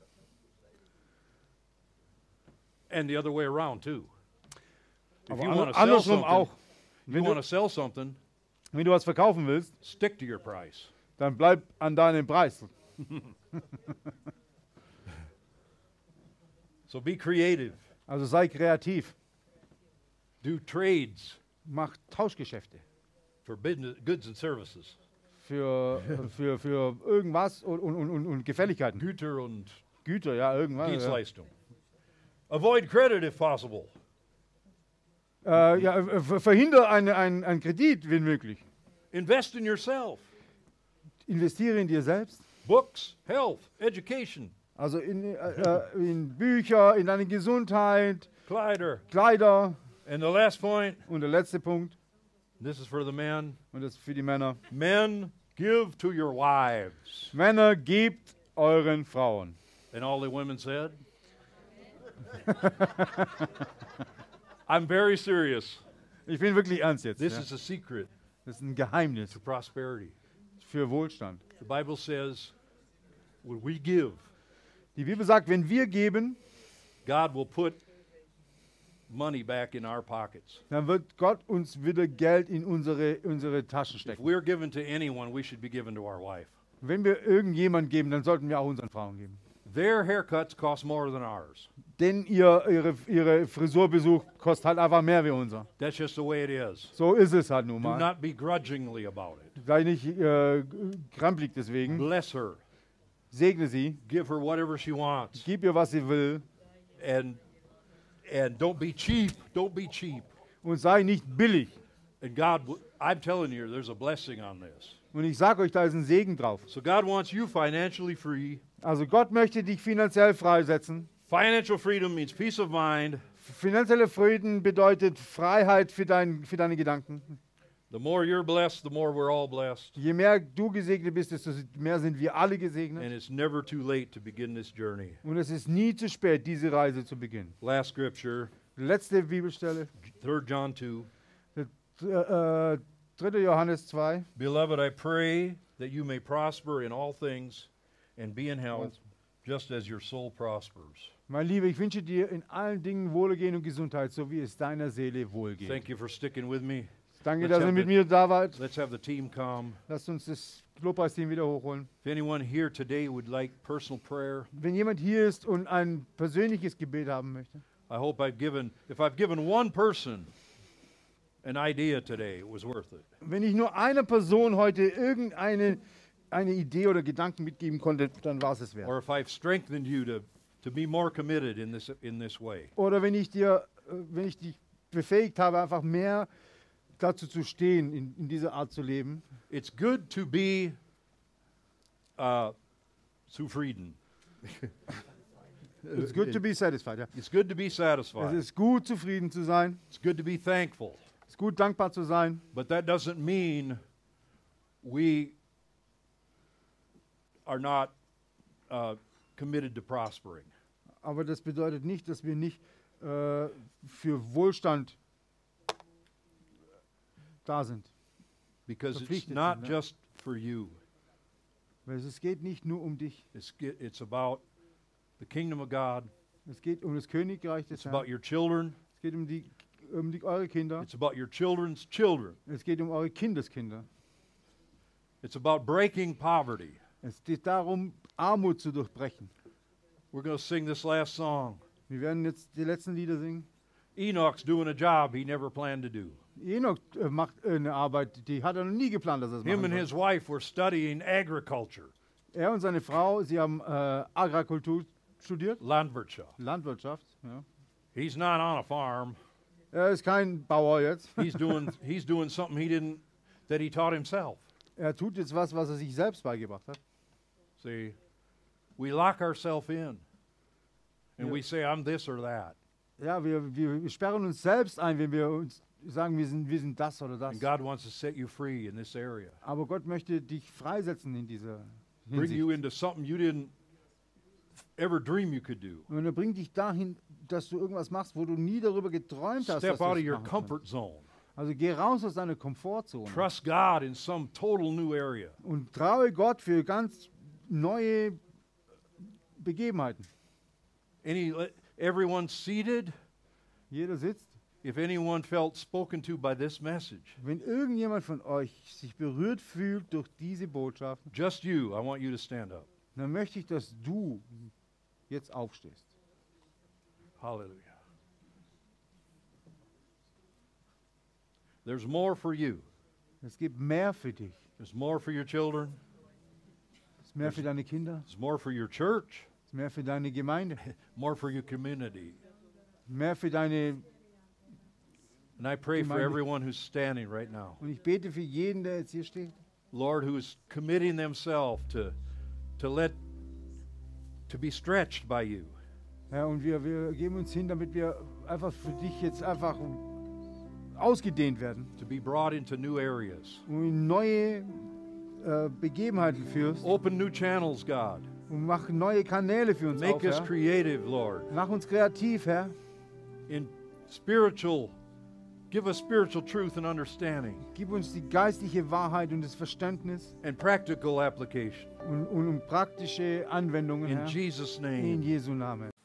And the other way around, too. If
Aber
you
ander-
want to sell
andersrum
something,
auch.
you
Wenn
want to
du,
sell something,
wenn du was verkaufen willst,
stick to your price.
dann bleib an deinem Preis.
So be creative.
Also sei kreativ.
Do trades
Mach Tauschgeschäfte
for business, goods and services.
für, für, für irgendwas und, und, und, und- und Gefälligkeiten.
Güter und
Güter, ja, irgendwas. Ah, Ja,
Dienstleistung. Avoid credit if possible.
äh, ja äh, ver- verhindere einen ein, ein Kredit, wenn möglich.
Invest in yourself.
Investiere in dir selbst.
Books, health, education,
Also in, äh, äh, in Bücher, in deine Gesundheit,
Kleider.
Kleider.
And the last point,
Und der letzte Punkt,
this is for the man.
und das ist für die Männer.
Men, give to your wives.
Männer, gebt euren Frauen.
And all the women said, I'm very serious.
Ich bin wirklich ernst jetzt.
This
ja.
is a secret
Das ist ein Geheimnis
to prosperity.
für Wohlstand.
The Bible says, when we give,
Die Bibel sagt, wenn wir geben,
God will put money back in our pockets.
dann wird Gott uns wieder Geld in unsere, unsere Taschen
If
stecken.
we're given to anyone, we should be given to our wife.
Wenn wir irgendjemand geben, dann sollten wir auch unseren Frauen geben.
Their haircuts cost more than ours.
Denn ihr ihre, ihre Frisurbesuch kostet halt einfach mehr wie unser.
That's just the way it is.
So ist es halt nun
Do
mal.
not be grudgingly about it.
Sei nicht äh, krampelig deswegen.
Bless her.
Segne sie.
Give her whatever she wants.
Gib ihr, was sie will.
And and don't be cheap. Don't be cheap.
Und sei nicht billig.
And God, w- I'm telling you, there's a blessing on this.
Und ich sage euch, da ist ein Segen drauf.
So God wants you financially free.
Also Gott möchte dich finanziell freisetzen.
Financial freedom means peace of mind.
Finanzielle Frieden bedeutet Freiheit für, dein, für deine Gedanken.
The more you're blessed, the more we're all blessed.
Je mehr du gesegnet bist, desto mehr sind wir alle gesegnet.
And it's never too late to begin this journey.
Und es ist nie zu spät, diese Reise zu beginnen.
Last scripture,
Letzte Bibelstelle,
3 John 2.
äh, äh, 3. Johannes 2.
Beloved, I pray that you may prosper in all things and be in health, just as your soul prospers.
Mein Lieber, ich wünsche dir in allen Dingen Wohlergehen und Gesundheit, so wie es deiner Seele wohlgeht.
Thank you for sticking with me.
Danke,
Let's
dass ihr
have
mit
the-
mir da wart.
Let's have the team come.
Lasst uns das Lobpreisteam wieder hochholen.
If anyone here today would like personal prayer,
Wenn jemand hier ist und ein persönliches Gebet haben möchte,
I hope I've given, if I've given one person an idea today, it was worth it.
wenn ich nur einer Person heute irgendeine eine Idee oder Gedanken mitgeben konnte, dann war es es wert.
Or if I've strengthened you to, to be more committed in this, in this way.
Oder wenn ich dir, äh, wenn ich dich befähigt habe, einfach mehr dazu zu stehen, in, in dieser Art zu leben.
It's good to be uh, zufrieden.
It's good to be satisfied. Ja.
It's good to be
Es
satisfied.
ist gut, zufrieden zu sein.
It's good to be thankful.
Es ist gut, dankbar zu sein.
But that doesn't mean we are not uh, committed to prospering.
Aber das bedeutet nicht, dass wir nicht äh, für Wohlstand da sind.
Because it's
Verpflichtet
not
sind, ne?
just for you,
Weil es geht nicht nur um dich.
it's, ge- it's about the kingdom of God,
Es geht um das Königreich des
it's about
Herrn.
your children,
Es geht um, die, um die, eure Kinder.
it's about your children's children,
Es geht um eure Kindeskinder.
it's about breaking poverty.
Es geht darum, Armut zu durchbrechen.
We're going to sing this last song.
Wir werden jetzt die letzten Lieder singen.
Enoch's doing a job he never planned to do.
Enoch äh, macht äh, eine Arbeit, die hat er noch nie geplant, dass er es
Him and
machen soll.
his wife were studying agriculture,
Er und seine Frau, sie haben äh, Agrikultur studiert,
Landwirtschaft.
Landwirtschaft. Ja.
He's not on a farm.
Er ist kein Bauer jetzt.
He's doing he's doing something he didn't that he taught himself.
Er tut jetzt was, was er sich selbst beigebracht hat.
See, we lock ourselves in, and
Yeah.
we say I'm this or that,
Ja, wir, wir wir sperren uns selbst ein, wenn wir uns sagen, wir sind, wir sind das oder das.
and God wants to set you free in this area,
Aber Gott möchte dich freisetzen in dieser
bring
Hinsicht.
you into something you didn't ever dream you could do.
Und er bringt dich dahin, dass du irgendwas machst, wo du nie darüber geträumt hast. dass
Step
du
out
es
of your
machen kannst.
comfort zone.
Also geh raus aus deiner Komfortzone
Trust God in some total new area.
und traue Gott für ganz neue Begebenheiten.
Any, everyone seated?
Jeder sitzt.
If anyone felt spoken to by this message,
Wenn irgendjemand von euch sich berührt fühlt durch diese Botschaft,
just you, I want you to stand up.
dann möchte ich, dass du jetzt aufstehst.
Hallelujah. There's more for you.
Es gibt mehr für dich.
There's more for your children.
Es ist mehr für deine Kinder,
There's more for your church.
es ist mehr für deine Gemeinde,
More for your community.
mehr für deine.
And I pray for
Gemeinde.
everyone who's standing right now.
Und ich bete für jeden, der jetzt hier steht.
Lord, who is committing themselves to, to let, to be stretched by you.
Herr, und wir, wir geben uns hin, damit wir einfach für dich jetzt einfach ausgedehnt werden
to be brought into new areas.
und in neue äh, Begebenheiten führst
Open new channels, God.
und mach neue Kanäle für uns auf,
Make us
Herr.
creative, Lord.
Mach uns kreativ, Herr.
In spiritual, give us spiritual truth and understanding
Gib uns die geistliche Wahrheit und das Verständnis
and practical application.
und, und, und praktische Anwendungen,
In
Herr.
Jesus' name.
In Jesu Namen.